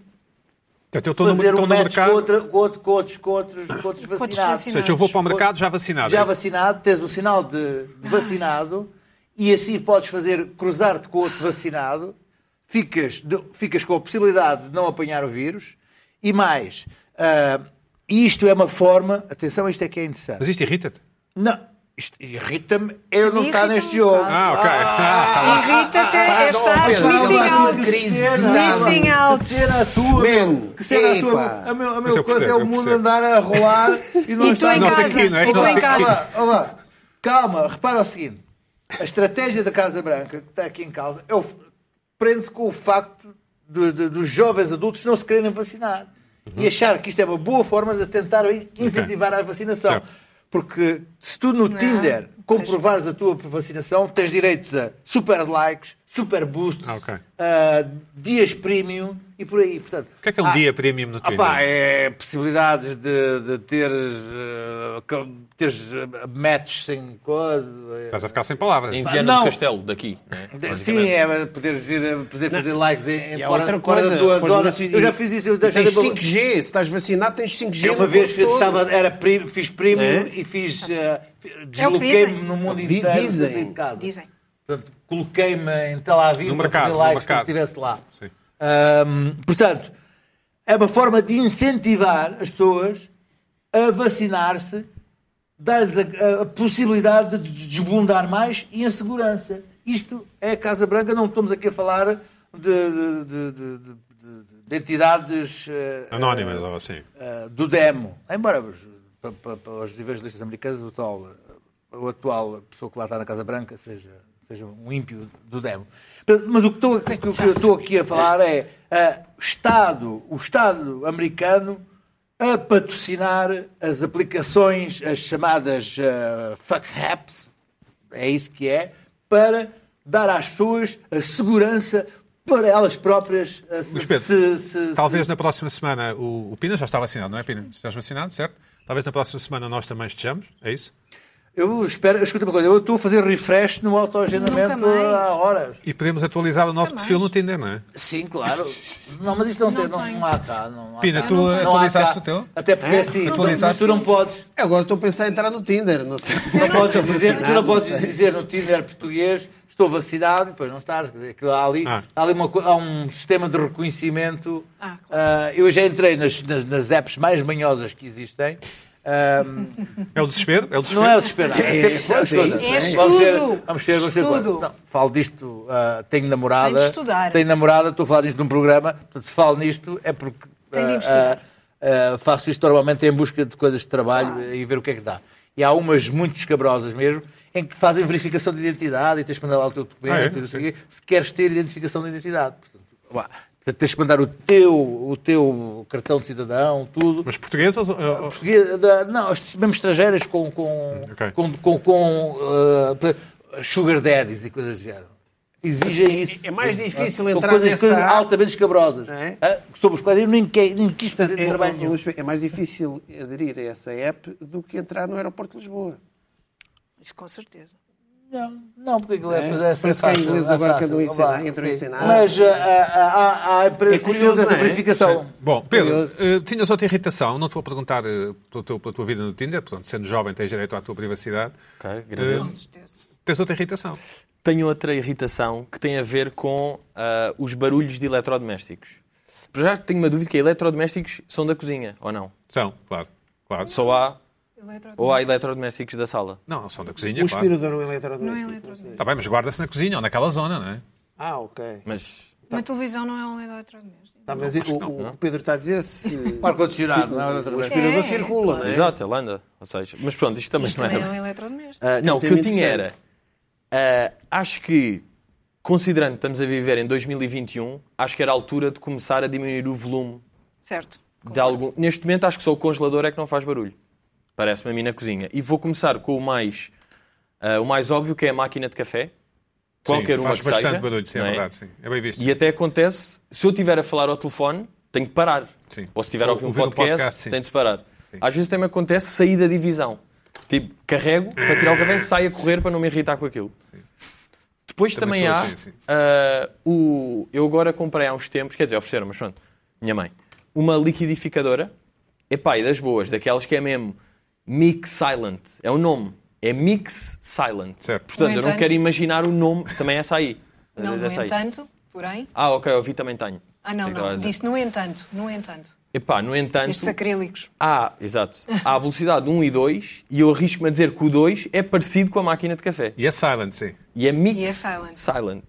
[SPEAKER 1] Portanto, eu estou no,
[SPEAKER 4] fazer
[SPEAKER 1] estou
[SPEAKER 4] um
[SPEAKER 1] no
[SPEAKER 4] match com,
[SPEAKER 1] mercado.
[SPEAKER 4] outra, com, outro- com outros, com outros, com outros
[SPEAKER 3] outros
[SPEAKER 4] vacinados.
[SPEAKER 1] Ou seja, eu vou para o mercado já vacinado.
[SPEAKER 4] Já vacinado, tens o sinal de de vacinado e assim podes fazer cruzar-te com outro vacinado, ficas, de- ficas com a possibilidade de não apanhar o vírus e mais. ah, isto é uma forma. Atenção, isto é que é interessante.
[SPEAKER 1] Mas isto irrita-te?
[SPEAKER 4] Não, isto irrita-me eu não
[SPEAKER 3] Me
[SPEAKER 4] estar
[SPEAKER 3] irrita
[SPEAKER 4] neste
[SPEAKER 3] um
[SPEAKER 4] jogo.
[SPEAKER 3] bocado.
[SPEAKER 1] Ah, ok.
[SPEAKER 3] Irrita-te
[SPEAKER 2] Ah,
[SPEAKER 3] esta
[SPEAKER 2] Pedro,
[SPEAKER 3] é missing
[SPEAKER 2] há
[SPEAKER 3] out.
[SPEAKER 2] aqui ah, crise de drama.
[SPEAKER 3] Missing
[SPEAKER 4] Que
[SPEAKER 3] out.
[SPEAKER 4] cena a tua,
[SPEAKER 2] Man,
[SPEAKER 4] meu. Que cena a tua.
[SPEAKER 2] epa.
[SPEAKER 4] A meu, a
[SPEAKER 1] Mas eu
[SPEAKER 4] meu coisa é
[SPEAKER 1] percebo,
[SPEAKER 4] o
[SPEAKER 1] eu
[SPEAKER 4] mundo
[SPEAKER 1] percebo.
[SPEAKER 4] andar a rolar e não
[SPEAKER 3] E tu
[SPEAKER 4] estar
[SPEAKER 3] em
[SPEAKER 1] Nós
[SPEAKER 3] casa.
[SPEAKER 1] aqui, não é?
[SPEAKER 3] E tu
[SPEAKER 1] Nós
[SPEAKER 3] em
[SPEAKER 1] aqui.
[SPEAKER 3] casa.
[SPEAKER 4] Olá, olá. Calma, repara o seguinte. A estratégia da Casa Branca que está aqui em causa é o- prende-se com o facto do- do- dos jovens adultos não se quererem vacinar e achar que isto é uma boa forma de tentar incentivar a vacinação.
[SPEAKER 1] Certo.
[SPEAKER 4] Porque se tu no Tinder comprovares a tua vacinação, tens direitos a super likes, super boosts,
[SPEAKER 1] Ah, ok.
[SPEAKER 4] a dias premium e por aí. Portanto,
[SPEAKER 1] O que é que é um dia premium no Twitter?
[SPEAKER 4] Opa, Ah. é possibilidades de, de teres, eh, co- teres eh, match sem coisa. eh,
[SPEAKER 1] Estás a ficar sem palavras.
[SPEAKER 5] Em
[SPEAKER 4] Pá,
[SPEAKER 5] Viana
[SPEAKER 4] não.
[SPEAKER 5] do Castelo, daqui. né?
[SPEAKER 4] de- Sim,
[SPEAKER 5] Basicamente.
[SPEAKER 4] é poderes ir, eh, poder fazer likes em, em
[SPEAKER 2] E há
[SPEAKER 4] fora,
[SPEAKER 2] outra
[SPEAKER 4] fora
[SPEAKER 2] coisa,
[SPEAKER 4] de duas
[SPEAKER 2] podes
[SPEAKER 4] horas.
[SPEAKER 2] vacinar-
[SPEAKER 4] Eu já fiz isso. Eu deixei
[SPEAKER 2] Tens
[SPEAKER 4] de-
[SPEAKER 2] 5G, se estás vacinado tens 5G.
[SPEAKER 4] Eu
[SPEAKER 2] no
[SPEAKER 4] uma vez
[SPEAKER 2] corpo
[SPEAKER 4] fiz,
[SPEAKER 2] todo.
[SPEAKER 4] estava, era primo, fiz primo
[SPEAKER 2] É?
[SPEAKER 4] e fiz. eh, Desloquei-me
[SPEAKER 3] dizem.
[SPEAKER 4] no mundo
[SPEAKER 2] Di-
[SPEAKER 4] inteiro. para
[SPEAKER 2] dizem.
[SPEAKER 4] sair de casa.
[SPEAKER 3] Dizem.
[SPEAKER 4] Portanto, coloquei-me em Tel Aviv
[SPEAKER 1] No
[SPEAKER 4] para
[SPEAKER 1] mercado,
[SPEAKER 4] fazer
[SPEAKER 1] no
[SPEAKER 4] likes como se
[SPEAKER 1] mercado.
[SPEAKER 4] estivesse lá.
[SPEAKER 1] Sim.
[SPEAKER 4] Ahm, portanto, é uma forma de incentivar as pessoas a vacinar-se, dar-lhes a, a- a possibilidade de de desbundar mais e a segurança. Isto é a Casa Branca, não estamos aqui a falar de, de- de- de- de- de- de entidades eh,
[SPEAKER 1] Anónimas ou assim.
[SPEAKER 4] eh, do demo. Embora os- para, para- para os evangelistas americanos, o atual, eh, o atual pessoa que lá está na Casa Branca seja, seja um ímpio do demo. Portanto, Mas o que, estou, o que- o que eu estou aqui a falar é eh, o Estado, o Estado americano a patrocinar as aplicações, as chamadas eh, fuck apps, é isso que é, para dar às pessoas a segurança para elas próprias eh, se,
[SPEAKER 1] Luís Pedro,
[SPEAKER 4] se- se-
[SPEAKER 1] Talvez na próxima semana o, o Pina já está vacinado, não é, Pina? Estás vacinado, certo? Talvez na próxima semana nós também estejamos, é isso?
[SPEAKER 4] Eu espero, escuta uma coisa, eu estou a fazer refresh no autoagendamento
[SPEAKER 3] Nunca mais.
[SPEAKER 4] há horas.
[SPEAKER 1] E podemos atualizar o nosso perfil no Tinder, não é?
[SPEAKER 4] Sim, claro. Não, mas isto não, tem, não,
[SPEAKER 3] tenho.
[SPEAKER 4] não há cá. Não há
[SPEAKER 1] Pina,
[SPEAKER 4] cá.
[SPEAKER 1] tu
[SPEAKER 4] Não há
[SPEAKER 1] atualizaste
[SPEAKER 4] cá.
[SPEAKER 1] o teu? É?
[SPEAKER 4] Até porque assim,
[SPEAKER 1] Atualizaste?
[SPEAKER 4] tu não podes,
[SPEAKER 2] Agora estou a pensar em entrar no Tinder, não sei.
[SPEAKER 4] tu não podes, dizer, tu não podes dizer no Tinder português estou vacinado e depois não estás. Quer dizer, aquilo há ali,
[SPEAKER 1] Ah.
[SPEAKER 4] há ali uma co- há um sistema de reconhecimento.
[SPEAKER 3] Ah,
[SPEAKER 4] Ah, eu já entrei nas, nas- nas apps mais manhosas que existem Ahm,
[SPEAKER 1] É o desespero? É o desespero?
[SPEAKER 4] não é o desesperar. É sempre
[SPEAKER 2] é isso,
[SPEAKER 4] coisas,
[SPEAKER 2] é
[SPEAKER 4] não
[SPEAKER 3] isso.
[SPEAKER 4] Vamos ter,
[SPEAKER 3] Estudo.
[SPEAKER 4] vamos ter, vamos ter
[SPEAKER 3] Estudo.
[SPEAKER 4] coisas. Não, falo disto, ah, tenho namorada.
[SPEAKER 3] Tem de estudar.
[SPEAKER 4] Tenho namorada, estou a falar disto num programa. Portanto, se falo nisto é porque
[SPEAKER 3] Tem de
[SPEAKER 4] ah,
[SPEAKER 3] investigar.
[SPEAKER 4] ah, ah, faço isto normalmente em busca de coisas de trabalho eh, e ver o que é que dá. E há umas muito escabrosas mesmo, em que fazem verificação de identidade e tens de mandar lá o teu documento
[SPEAKER 1] Ah, é?
[SPEAKER 4] e não sei o quê, se queres ter identificação de identidade. Portanto, vá, portanto, tens de mandar o teu, o teu cartão de cidadão, tudo.
[SPEAKER 1] Mas portuguesas? ou- ou-
[SPEAKER 4] Portuguesa- da- não, as- mesmo estrangeiras com, com,
[SPEAKER 1] Ok.
[SPEAKER 4] com, com, com, eh, pra- sugar daddies e coisas do género. Exigem isso.
[SPEAKER 2] É mais difícil
[SPEAKER 4] São
[SPEAKER 2] entrar
[SPEAKER 4] coisas,
[SPEAKER 2] nessa
[SPEAKER 4] coisas
[SPEAKER 2] área.
[SPEAKER 4] altamente escabrosas.
[SPEAKER 2] É?
[SPEAKER 4] ah, Sobre os quais eu nem, que- nem quis fazer
[SPEAKER 2] É,
[SPEAKER 4] trabalho
[SPEAKER 2] é,
[SPEAKER 4] nenhum.
[SPEAKER 2] é, mais difícil aderir a essa app do que entrar no aeroporto de Lisboa.
[SPEAKER 3] Isso com certeza.
[SPEAKER 4] Não, não, porque aquilo é,
[SPEAKER 2] É?
[SPEAKER 4] pois é assim
[SPEAKER 2] Parece que há
[SPEAKER 4] fácil,
[SPEAKER 2] ingleses
[SPEAKER 4] é
[SPEAKER 2] agora que
[SPEAKER 4] fácil,
[SPEAKER 2] andam a
[SPEAKER 4] não
[SPEAKER 2] ensinar,
[SPEAKER 4] vá,
[SPEAKER 2] entram a
[SPEAKER 4] sim.
[SPEAKER 2] ensinar.
[SPEAKER 4] Mas ah, ah, ah, há empresas
[SPEAKER 2] É
[SPEAKER 4] que
[SPEAKER 2] curioso,
[SPEAKER 4] precisam dessa
[SPEAKER 2] não é?
[SPEAKER 4] verificação.
[SPEAKER 1] Bom, Pedro,
[SPEAKER 2] Curioso.
[SPEAKER 1] eh, tinhas outra irritação, não te vou perguntar eh, pelo teu- pela tua vida no Tinder, portanto, sendo jovem tens direito à tua privacidade. Eh,
[SPEAKER 5] Ok, agradeço.
[SPEAKER 3] Com certeza.
[SPEAKER 1] Tens outra irritação.
[SPEAKER 5] Tenho outra irritação que tem a ver com ah, os barulhos de eletrodomésticos. Para já tenho uma dúvida que é, eletrodomésticos são da cozinha, ou não?
[SPEAKER 1] São, claro. claro.
[SPEAKER 5] Só há,
[SPEAKER 3] Eletrodomésticos.
[SPEAKER 5] ou há eletrodomésticos da sala?
[SPEAKER 1] Não, são da cozinha,
[SPEAKER 2] Um
[SPEAKER 1] claro.
[SPEAKER 2] aspirador, um
[SPEAKER 3] Não é
[SPEAKER 2] eletrodoméstico.
[SPEAKER 3] eletrodoméstico.
[SPEAKER 1] Está bem, mas guarda-se na cozinha ou naquela zona, não é?
[SPEAKER 2] Ah, ok.
[SPEAKER 5] Mas
[SPEAKER 3] Uma televisão não é um eletrodoméstico.
[SPEAKER 2] Tá, mas o, o que o Pedro está a dizer é se.
[SPEAKER 4] O ar-condicionado, não é
[SPEAKER 2] O
[SPEAKER 4] eletrodoméstico.
[SPEAKER 2] aspirador
[SPEAKER 3] É,
[SPEAKER 2] circula, não é?
[SPEAKER 5] Exato, ela anda. Ou seja, mas pronto, isto também
[SPEAKER 3] Isto
[SPEAKER 5] não era.
[SPEAKER 3] também é um eletrodoméstico.
[SPEAKER 5] Ah, não, o que
[SPEAKER 2] tema
[SPEAKER 5] eu tinha era.
[SPEAKER 2] interessante.
[SPEAKER 5] ah, acho que, considerando que estamos a viver em 2021, acho que era a altura de começar a diminuir o volume
[SPEAKER 3] Certo.
[SPEAKER 5] de algum. Neste momento, acho que só o congelador é que não faz barulho. Parece-me a mim na cozinha. E vou começar com o mais, ah, o mais óbvio, que é a máquina de café. Qualquer
[SPEAKER 1] sim,
[SPEAKER 5] uma
[SPEAKER 1] faz
[SPEAKER 5] que
[SPEAKER 1] bastante
[SPEAKER 5] seja,
[SPEAKER 1] barulho, sim, é
[SPEAKER 5] não
[SPEAKER 1] verdade. Sim. É bem visto.
[SPEAKER 5] E até acontece, se eu estiver a falar ao telefone, tenho que parar.
[SPEAKER 1] Sim.
[SPEAKER 5] Ou se estiver a ouvir um
[SPEAKER 1] Ouvir um
[SPEAKER 5] podcast,
[SPEAKER 1] podcast, sim.
[SPEAKER 5] tenho de parar. Às vezes também me acontece sair da divisão. Tipo, carrego para tirar o café, saio a correr para não me irritar com aquilo. Depois
[SPEAKER 1] Também
[SPEAKER 5] também,
[SPEAKER 1] sou
[SPEAKER 5] há
[SPEAKER 1] assim, sim.
[SPEAKER 5] ah, o... Eu agora comprei há uns tempos, quer dizer, ofereceram, mas pronto, minha mãe, uma liquidificadora. Epá, e das boas, daquelas que é mesmo Mix Silent. É o nome. É Mix Silent.
[SPEAKER 1] Certo.
[SPEAKER 5] Portanto,
[SPEAKER 3] No
[SPEAKER 5] eu não
[SPEAKER 3] entanto-
[SPEAKER 5] quero imaginar o nome. Também é essa aí. Às
[SPEAKER 3] Não,
[SPEAKER 5] vezes é
[SPEAKER 3] no
[SPEAKER 5] essa aí.
[SPEAKER 3] entanto, porém...
[SPEAKER 5] Ah, ok, eu vi também tenho.
[SPEAKER 3] Ah, não,
[SPEAKER 5] Sei que estava a
[SPEAKER 3] não.
[SPEAKER 5] dizer.
[SPEAKER 3] Disse no entanto, no entanto.
[SPEAKER 5] Epá, no entanto,
[SPEAKER 3] Estes acrílicos.
[SPEAKER 5] há, exato, há a velocidade 1 e 2 e eu arrisco-me a dizer que o 2 é parecido com a máquina de café.
[SPEAKER 1] E é silent, sim.
[SPEAKER 5] E é mix
[SPEAKER 3] E é silent.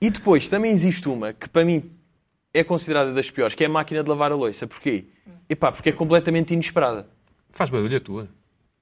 [SPEAKER 5] E depois também existe uma que para mim é considerada das piores, que é a máquina de lavar a louça. Porquê? Epá, porque é completamente inesperada.
[SPEAKER 1] Faz barulho a tua.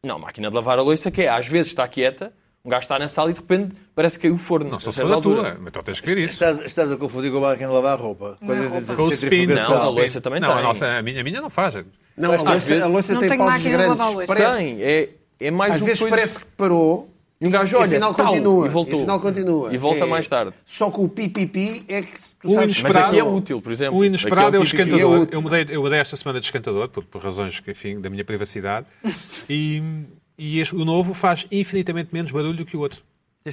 [SPEAKER 5] Não, a máquina de lavar a louça que é, às vezes está quieta, um gajo está na sala e de repente parece que caiu o forno.
[SPEAKER 1] Não, só
[SPEAKER 5] é a
[SPEAKER 1] se
[SPEAKER 5] certa
[SPEAKER 1] for a
[SPEAKER 5] altura.
[SPEAKER 1] tua. Mas tu tens que ver isso.
[SPEAKER 4] Estás, estás a confundir com a máquina de lavar roupa.
[SPEAKER 3] Não é roupa.
[SPEAKER 1] Com o spin,
[SPEAKER 5] Não,
[SPEAKER 1] o
[SPEAKER 5] a
[SPEAKER 1] spin.
[SPEAKER 5] louça também
[SPEAKER 1] não, a,
[SPEAKER 5] tem.
[SPEAKER 1] nossa, a, minha, a minha não faz.
[SPEAKER 2] Não, a louça, a louça
[SPEAKER 3] Não
[SPEAKER 2] tem
[SPEAKER 3] tenho
[SPEAKER 2] pausas
[SPEAKER 3] máquina de lavar
[SPEAKER 2] grandes.
[SPEAKER 3] louça.
[SPEAKER 2] Parece-
[SPEAKER 5] Tem, é, é mais
[SPEAKER 2] Às
[SPEAKER 5] uma
[SPEAKER 2] vezes
[SPEAKER 5] coisa...
[SPEAKER 2] parece que parou.
[SPEAKER 5] E um gajo
[SPEAKER 2] e
[SPEAKER 5] olha,
[SPEAKER 2] afinal
[SPEAKER 5] tal,
[SPEAKER 2] continua.
[SPEAKER 5] e voltou.
[SPEAKER 2] afinal continua.
[SPEAKER 5] E volta
[SPEAKER 2] É.
[SPEAKER 5] mais tarde.
[SPEAKER 2] Só que o pipipi é que se- tu
[SPEAKER 1] O
[SPEAKER 2] sabes
[SPEAKER 5] Mas
[SPEAKER 1] inesperado-
[SPEAKER 5] aqui é útil, por exemplo.
[SPEAKER 1] O inesperado é, o
[SPEAKER 5] Aqui pipi-
[SPEAKER 2] é
[SPEAKER 1] esquentador.
[SPEAKER 2] útil.
[SPEAKER 1] eu, mudei, eu mudei esta semana de esquentador, por, por razões que, enfim, da minha privacidade. E, e este- o novo faz infinitamente menos barulho que o outro. O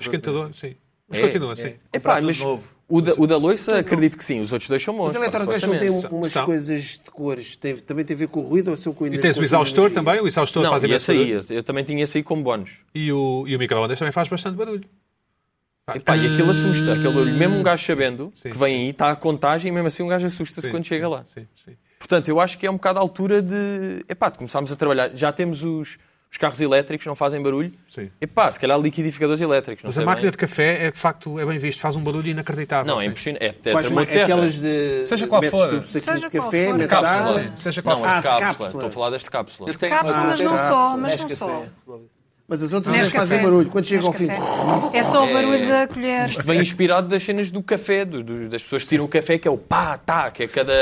[SPEAKER 1] esquentador, sim. Mas
[SPEAKER 5] É,
[SPEAKER 1] continua, sim.
[SPEAKER 5] É
[SPEAKER 4] Comprar
[SPEAKER 5] pá,
[SPEAKER 4] tudo
[SPEAKER 5] mas
[SPEAKER 4] novo.
[SPEAKER 5] o da, o da loiça acredito que sim, os outros dois são
[SPEAKER 2] Os
[SPEAKER 5] monstros. pá,
[SPEAKER 2] eletrodomésticos têm
[SPEAKER 5] supostamente.
[SPEAKER 2] umas
[SPEAKER 1] São.
[SPEAKER 2] coisas de cores. Tem- também tem a ver com o ruído ou são com
[SPEAKER 1] E tens o exaustor também, o exaustor
[SPEAKER 5] Não,
[SPEAKER 1] faz
[SPEAKER 5] e
[SPEAKER 1] imenso
[SPEAKER 5] esse aí,
[SPEAKER 1] barulho.
[SPEAKER 5] eu, eu também tinha esse aí como bónus.
[SPEAKER 1] E o, e o micro-ondas também faz bastante barulho.
[SPEAKER 5] E, pá, e aquilo assusta, aquele olho. Mesmo um gajo sabendo
[SPEAKER 1] Sim,
[SPEAKER 5] que vem aí, está a contagem, e mesmo assim um gajo assusta-se
[SPEAKER 1] Sim,
[SPEAKER 5] quando chega lá.
[SPEAKER 1] Sim, sim.
[SPEAKER 5] Portanto, eu acho que é um bocado a altura de, epá, de começarmos a trabalhar. Já temos os, os carros elétricos, não fazem barulho.
[SPEAKER 1] Sim.
[SPEAKER 5] Epá, se calhar liquidificadores elétricos. Não
[SPEAKER 1] Mas
[SPEAKER 5] sei
[SPEAKER 1] a máquina
[SPEAKER 5] bem.
[SPEAKER 1] de café é de facto é bem visto, faz um barulho inacreditável.
[SPEAKER 5] Não, é
[SPEAKER 1] sim.
[SPEAKER 5] impressionante. É, é
[SPEAKER 2] Quais,
[SPEAKER 5] termoterra.
[SPEAKER 2] aquelas de.
[SPEAKER 1] Seja qual
[SPEAKER 2] metes
[SPEAKER 1] for.
[SPEAKER 2] tu um saquinho
[SPEAKER 3] Seja
[SPEAKER 2] de
[SPEAKER 3] qual
[SPEAKER 2] café,
[SPEAKER 3] for.
[SPEAKER 2] metes
[SPEAKER 5] Cápsula.
[SPEAKER 2] água.
[SPEAKER 1] Sim, seja qual
[SPEAKER 5] Não,
[SPEAKER 1] for.
[SPEAKER 5] é as
[SPEAKER 2] Ah, de
[SPEAKER 5] cápsula.
[SPEAKER 2] cápsula.
[SPEAKER 5] Estou a falar das cápsulas.
[SPEAKER 3] Cápsulas não só, Ah, mas não
[SPEAKER 4] Nescafé.
[SPEAKER 3] só.
[SPEAKER 2] Mas as outras
[SPEAKER 3] Nescafé.
[SPEAKER 2] não fazem barulho. Quando chega ao fim.
[SPEAKER 3] Nescafé. É só o barulho da colher.
[SPEAKER 5] Isto vem inspirado das cenas do café, do- do- das pessoas que tiram o café, que é o pá, tá, que é cada,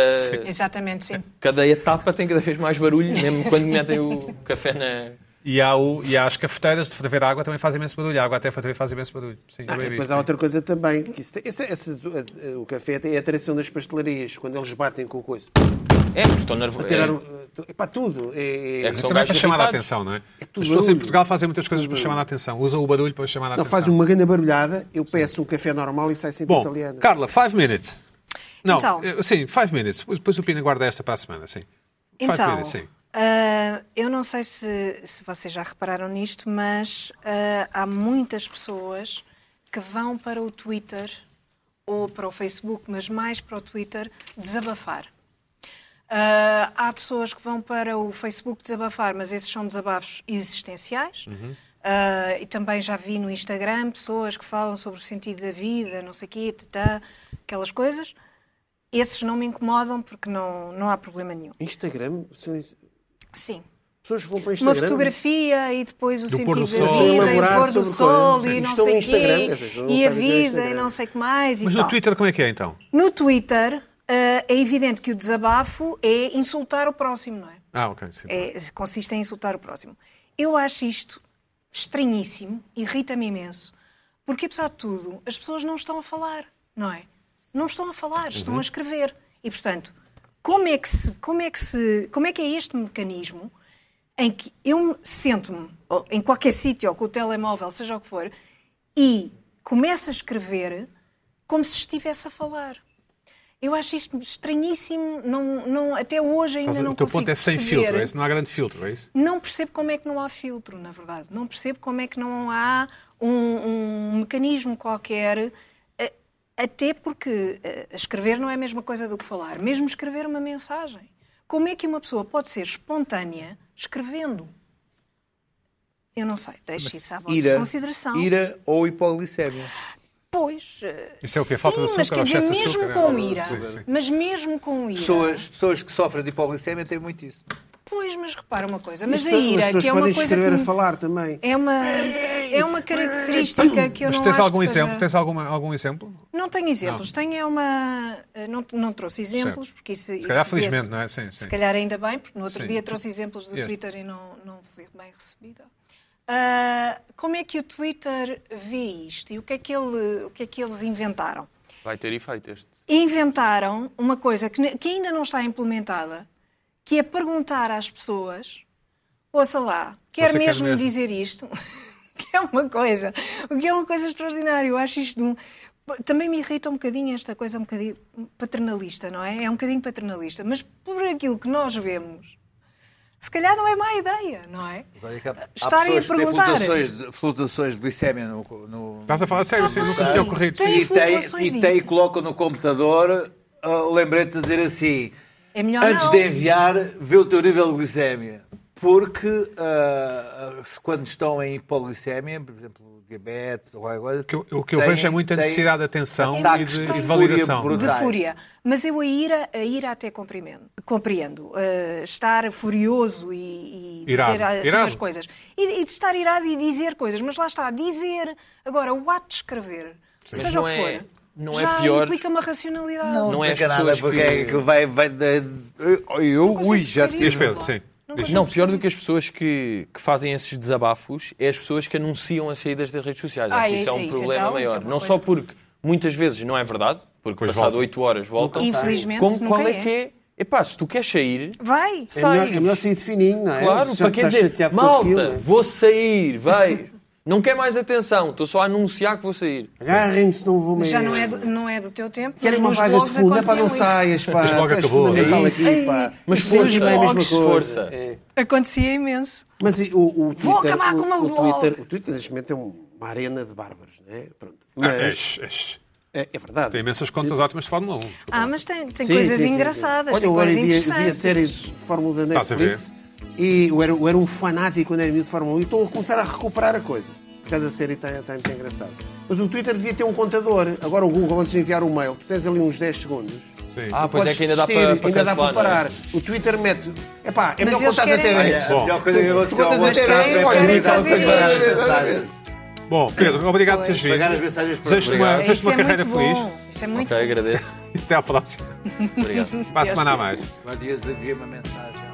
[SPEAKER 3] Exatamente, sim.
[SPEAKER 5] cada etapa tem cada vez mais barulho, mesmo quando metem o café na.
[SPEAKER 1] E, há o, e há as cafeteiras de ferver água também faz imenso barulho. A água até ferver faz imenso barulho. Sim, é
[SPEAKER 2] Ah,
[SPEAKER 1] bem
[SPEAKER 2] e
[SPEAKER 1] visto.
[SPEAKER 2] depois há outra coisa também. Que isso tem- esse- esse- o café é a tradição das pastelarias. Quando eles batem com o coisa.
[SPEAKER 5] É, porque estou nervoso.
[SPEAKER 2] Tirar
[SPEAKER 5] É,
[SPEAKER 2] o- É para tudo. É,
[SPEAKER 5] É que são
[SPEAKER 1] Também para
[SPEAKER 5] gajos
[SPEAKER 1] chamar a
[SPEAKER 5] irritados.
[SPEAKER 1] atenção, não é? As
[SPEAKER 2] tudo
[SPEAKER 1] pessoas em
[SPEAKER 2] barulho.
[SPEAKER 1] Portugal fazem muitas coisas para chamar a atenção. Usam o barulho para chamar a
[SPEAKER 2] Não,
[SPEAKER 1] atenção.
[SPEAKER 2] faz um uma grande barulhada, eu peço um café normal e sai sempre
[SPEAKER 1] Bom,
[SPEAKER 2] italiano.
[SPEAKER 1] Carla, five minutes. Não,
[SPEAKER 3] Então.
[SPEAKER 1] eh, sim, five minutes. Depois o Pina guarda esta para a semana, sim. Five
[SPEAKER 3] Então,
[SPEAKER 1] minutes, sim.
[SPEAKER 3] ah, eu não sei se, se vocês já repararam nisto, mas ah, há muitas pessoas que vão para o Twitter ou para o Facebook, mas mais para o Twitter, desabafar. Ah, há pessoas que vão para o Facebook desabafar, mas esses são desabafos existenciais. Ah, e também já vi no Instagram pessoas que falam sobre o sentido da vida, não sei o quê, tatá, aquelas coisas. Esses não me incomodam porque não, não há problema nenhum.
[SPEAKER 2] Instagram? Sim.
[SPEAKER 3] Sim.
[SPEAKER 2] Pessoas que vão para
[SPEAKER 3] Uma
[SPEAKER 2] Instagram.
[SPEAKER 3] fotografia e depois o
[SPEAKER 1] pôr do
[SPEAKER 3] sentido da
[SPEAKER 1] sol.
[SPEAKER 3] vida, e o
[SPEAKER 2] Elaborar
[SPEAKER 3] pôr do
[SPEAKER 2] sobre
[SPEAKER 3] sol
[SPEAKER 2] coisas.
[SPEAKER 3] e não
[SPEAKER 2] Isto é um
[SPEAKER 3] sei o
[SPEAKER 2] Instagram,
[SPEAKER 3] quê,
[SPEAKER 2] essas pessoas não
[SPEAKER 3] e a
[SPEAKER 2] sabem o que é
[SPEAKER 3] vida e
[SPEAKER 2] Instagram.
[SPEAKER 3] não sei o que mais. e
[SPEAKER 1] Mas
[SPEAKER 3] tal.
[SPEAKER 1] no Twitter como é que é então?
[SPEAKER 3] No Twitter, eh, é evidente que o desabafo é insultar o próximo, não é?
[SPEAKER 1] Ah, ok. Sim.
[SPEAKER 3] É, consiste em insultar o próximo. Eu acho isto estranhíssimo, irrita-me imenso, porque apesar de tudo, as pessoas não estão a falar, não é? Não estão a falar, estão
[SPEAKER 1] Uhum.
[SPEAKER 3] a escrever. E portanto, como é que se, como é que se, como é que é este mecanismo em que eu sento-me ou em qualquer sítio ou com o telemóvel, seja o que for, e começo a escrever como se estivesse a falar. Eu acho isto estranhíssimo, não, não, até hoje ainda
[SPEAKER 1] Estás a-
[SPEAKER 3] não
[SPEAKER 1] o teu
[SPEAKER 3] consigo
[SPEAKER 1] ponto é sem
[SPEAKER 3] perceber.
[SPEAKER 1] filtro, é isso? Não há grande filtro, é isso?
[SPEAKER 3] Não percebo como é que não há filtro, na verdade. Não percebo como é que não há um, um mecanismo qualquer. eh, Até porque eh, escrever não é a mesma coisa do que falar, mesmo escrever uma mensagem. Como é que uma pessoa pode ser espontânea escrevendo? Eu não sei, deixo isso à vossa
[SPEAKER 4] Ira,
[SPEAKER 3] consideração.
[SPEAKER 4] ira ou hipoglicemia.
[SPEAKER 3] Pois. eh,
[SPEAKER 1] Isso é o quê? Falta de
[SPEAKER 3] sim, mas
[SPEAKER 1] açúcar
[SPEAKER 3] quer
[SPEAKER 1] ou
[SPEAKER 3] dizer,
[SPEAKER 1] excesso de
[SPEAKER 3] mesmo
[SPEAKER 1] açúcar?
[SPEAKER 3] com
[SPEAKER 1] Ah,
[SPEAKER 3] ira.
[SPEAKER 1] sim, sim.
[SPEAKER 3] Mas mesmo com ira.
[SPEAKER 4] Pessoas, pessoas que sofrem de hipoglicemia têm muito isso.
[SPEAKER 3] Pois, mas repara uma coisa. Mas
[SPEAKER 2] Isto-
[SPEAKER 3] a ira,
[SPEAKER 2] pessoas
[SPEAKER 3] que é uma
[SPEAKER 2] podem
[SPEAKER 3] coisa
[SPEAKER 2] escrever
[SPEAKER 3] que.
[SPEAKER 2] a
[SPEAKER 3] me-
[SPEAKER 2] falar também.
[SPEAKER 3] É uma, é uma característica que eu
[SPEAKER 1] Mas
[SPEAKER 3] não
[SPEAKER 1] tens
[SPEAKER 3] acho
[SPEAKER 1] algum
[SPEAKER 3] que seja-
[SPEAKER 1] exemplo? Tens alguma, algum exemplo?
[SPEAKER 3] Não tenho exemplos. Tenho é uma... Não, não trouxe exemplos,
[SPEAKER 1] Certo.
[SPEAKER 3] porque isso...
[SPEAKER 1] Se calhar felizmente, não é? Sim,
[SPEAKER 3] Se
[SPEAKER 1] sim.
[SPEAKER 3] calhar ainda bem, porque no outro
[SPEAKER 1] Sim.
[SPEAKER 3] dia trouxe exemplos do
[SPEAKER 1] Yes.
[SPEAKER 3] Twitter e não, não foi bem recebida. Ah, como é que o Twitter vê isto e o que é que, ele, o que é que eles inventaram?
[SPEAKER 5] Vai ter efeito este.
[SPEAKER 3] inventaram uma coisa que, ne- que ainda não está implementada, que é perguntar às pessoas, ouça lá, quer
[SPEAKER 1] Você quer
[SPEAKER 3] mesmo,
[SPEAKER 1] mesmo?
[SPEAKER 3] dizer isto? que é uma coisa, o que é uma coisa extraordinária. Eu acho isto de um... Também me irrita um bocadinho esta coisa um bocadinho paternalista, não é? É um bocadinho paternalista, mas por aquilo que nós vemos, se calhar não é má ideia, não é?
[SPEAKER 4] Mas olha que há- há
[SPEAKER 3] Estarem a
[SPEAKER 4] pessoas que têm
[SPEAKER 3] perguntar.
[SPEAKER 4] Flutações, de- flutações de glicémia no. no...
[SPEAKER 1] Estás a falar sério, sim, nunca me
[SPEAKER 3] Tem-
[SPEAKER 1] tinha ocorrido.
[SPEAKER 3] tem-
[SPEAKER 1] Sim.
[SPEAKER 4] E tem,
[SPEAKER 3] flutuações
[SPEAKER 4] e tem
[SPEAKER 3] disso.
[SPEAKER 4] colocam no computador ah, lembrete a dizer assim:
[SPEAKER 3] É melhor
[SPEAKER 4] antes
[SPEAKER 3] não.
[SPEAKER 4] de enviar, vê o teu nível de glicémia. Porque ah, se quando estão em hipoglicémia, por exemplo, diabetes ou qualquer coisa.
[SPEAKER 1] O que eu- O que eu
[SPEAKER 4] têm-
[SPEAKER 1] vejo é muita
[SPEAKER 4] têm-
[SPEAKER 1] necessidade de atenção e
[SPEAKER 4] ataques
[SPEAKER 1] de,
[SPEAKER 4] de
[SPEAKER 1] e de validação.
[SPEAKER 4] fúria
[SPEAKER 3] de
[SPEAKER 4] brutais.
[SPEAKER 3] fúria. Mas eu a ira, a ira até compreendo. compreendo. Uh, estar furioso e, e
[SPEAKER 1] Irado.
[SPEAKER 3] dizer assim
[SPEAKER 1] Irado.
[SPEAKER 3] as coisas. E, e de estar irado e dizer coisas. Mas lá está, dizer. Agora, o ato de escrever,
[SPEAKER 5] Mas
[SPEAKER 3] seja
[SPEAKER 5] não
[SPEAKER 3] o que
[SPEAKER 5] é-
[SPEAKER 3] for,
[SPEAKER 5] não é
[SPEAKER 3] já
[SPEAKER 5] pior-
[SPEAKER 3] implica uma racionalidade.
[SPEAKER 4] Não,
[SPEAKER 5] Não
[SPEAKER 4] não
[SPEAKER 5] é
[SPEAKER 4] é
[SPEAKER 5] as
[SPEAKER 4] nada,
[SPEAKER 5] pessoas
[SPEAKER 4] porque
[SPEAKER 5] que-
[SPEAKER 4] é que vai. vai eu, eu
[SPEAKER 3] consigo
[SPEAKER 4] ui,
[SPEAKER 3] perceber
[SPEAKER 4] já tive.
[SPEAKER 1] Diz, Pedro, sim. Diz.
[SPEAKER 5] Não, pior do que as pessoas que, que fazem esses desabafos é as pessoas que anunciam as saídas das redes sociais. Acho
[SPEAKER 3] Ah,
[SPEAKER 5] que isso é
[SPEAKER 3] isso,
[SPEAKER 5] um
[SPEAKER 3] isso,
[SPEAKER 5] problema
[SPEAKER 3] então, isso
[SPEAKER 5] maior.
[SPEAKER 3] é uma
[SPEAKER 5] não
[SPEAKER 3] coisa-
[SPEAKER 5] só porque muitas vezes não é verdade, porque
[SPEAKER 1] Pois
[SPEAKER 5] passado
[SPEAKER 1] volta.
[SPEAKER 5] 8 horas voltam.
[SPEAKER 3] Infelizmente,
[SPEAKER 5] Como,
[SPEAKER 3] nunca
[SPEAKER 5] qual é,
[SPEAKER 3] é.
[SPEAKER 5] que é? Epá, se tu queres sair,
[SPEAKER 3] Vai!
[SPEAKER 2] É melhor,
[SPEAKER 5] sais.
[SPEAKER 2] é melhor sair de fininho, não é?
[SPEAKER 5] Claro,
[SPEAKER 2] Já
[SPEAKER 5] para
[SPEAKER 2] que
[SPEAKER 5] quê
[SPEAKER 2] estás
[SPEAKER 5] dizer?
[SPEAKER 2] chateado com
[SPEAKER 5] Malta,
[SPEAKER 2] aquilo, não é?
[SPEAKER 5] vou sair, vai. Não quer mais atenção, estou só a anunciar que vou sair.
[SPEAKER 2] Agarrem-me se não vou
[SPEAKER 3] Mas
[SPEAKER 2] mesmo.
[SPEAKER 3] já não é, do, não é do teu tempo.
[SPEAKER 2] Querem
[SPEAKER 3] mas
[SPEAKER 2] uma
[SPEAKER 3] nos
[SPEAKER 2] vaga de
[SPEAKER 3] blogs
[SPEAKER 2] fundo, é para não
[SPEAKER 3] acontecia muito.
[SPEAKER 2] saias, pá.
[SPEAKER 1] Mas logo
[SPEAKER 2] tu és
[SPEAKER 1] acabou,
[SPEAKER 2] fundamental
[SPEAKER 1] é
[SPEAKER 2] aqui, pá.
[SPEAKER 5] Mas
[SPEAKER 2] Isto hoje
[SPEAKER 5] força,
[SPEAKER 2] não é a mesma
[SPEAKER 5] blogs,
[SPEAKER 2] coisa.
[SPEAKER 5] força.
[SPEAKER 2] É.
[SPEAKER 3] Acontecia imenso.
[SPEAKER 2] Mas e o, o Twitter,
[SPEAKER 3] acabar com o meu
[SPEAKER 2] o,
[SPEAKER 3] blog.
[SPEAKER 2] Twitter, o Twitter neste momento é uma arena de bárbaros, não é? Pronto.
[SPEAKER 1] Ah,
[SPEAKER 2] Mas
[SPEAKER 1] é, é.
[SPEAKER 2] é, é verdade.
[SPEAKER 1] Tem imensas contas ótimas de Fórmula 1.
[SPEAKER 3] Ah, mas tem, tem
[SPEAKER 2] Sim,
[SPEAKER 3] coisas
[SPEAKER 2] sim, sim,
[SPEAKER 3] engraçadas,
[SPEAKER 2] sim. Olha,
[SPEAKER 3] tem
[SPEAKER 2] eu era,
[SPEAKER 3] coisas
[SPEAKER 2] via,
[SPEAKER 3] interessantes.
[SPEAKER 2] via séries de Fórmula da
[SPEAKER 1] Estás a ver?
[SPEAKER 2] Netflix e eu era, eu era um fanático quando era miúdo de Fórmula 1 e estou a começar a recuperar a coisa. Por causa da série está, está muito engraçado. Mas o Twitter devia ter um contador. Agora o Google, antes de enviar um mail, tu tens ali uns 10 segundos.
[SPEAKER 5] Ah, pois é
[SPEAKER 2] Podes
[SPEAKER 5] que ainda dá para,
[SPEAKER 2] desistir,
[SPEAKER 5] para
[SPEAKER 2] ainda dá
[SPEAKER 5] cancelar,
[SPEAKER 2] para
[SPEAKER 5] não é?
[SPEAKER 2] parar. O Twitter mete. Epá, é
[SPEAKER 3] Mas
[SPEAKER 2] melhor
[SPEAKER 3] eles
[SPEAKER 2] contar até
[SPEAKER 3] querem-
[SPEAKER 2] bem.
[SPEAKER 4] Olha, a melhor coisa que aconteceu ao
[SPEAKER 2] Contas até
[SPEAKER 4] WhatsApp
[SPEAKER 2] bem,
[SPEAKER 4] é
[SPEAKER 2] podes
[SPEAKER 4] pagar as
[SPEAKER 3] fazer isto.
[SPEAKER 4] mensagens.
[SPEAKER 1] Bom, Pedro, obrigado por teres vindo.
[SPEAKER 4] Pagar as mensagens por
[SPEAKER 1] Desejo-te uma,
[SPEAKER 4] obrigado.
[SPEAKER 1] desejo-te
[SPEAKER 3] Isso
[SPEAKER 1] uma
[SPEAKER 3] é
[SPEAKER 1] carreira
[SPEAKER 3] muito
[SPEAKER 1] feliz.
[SPEAKER 3] bom. Isso é muito
[SPEAKER 5] Ok,
[SPEAKER 3] bom.
[SPEAKER 5] agradeço.
[SPEAKER 1] E até à próxima.
[SPEAKER 5] Obrigado.
[SPEAKER 1] Para a semana a mais.
[SPEAKER 4] Há dias havia uma mensagem.
[SPEAKER 7] é é assim.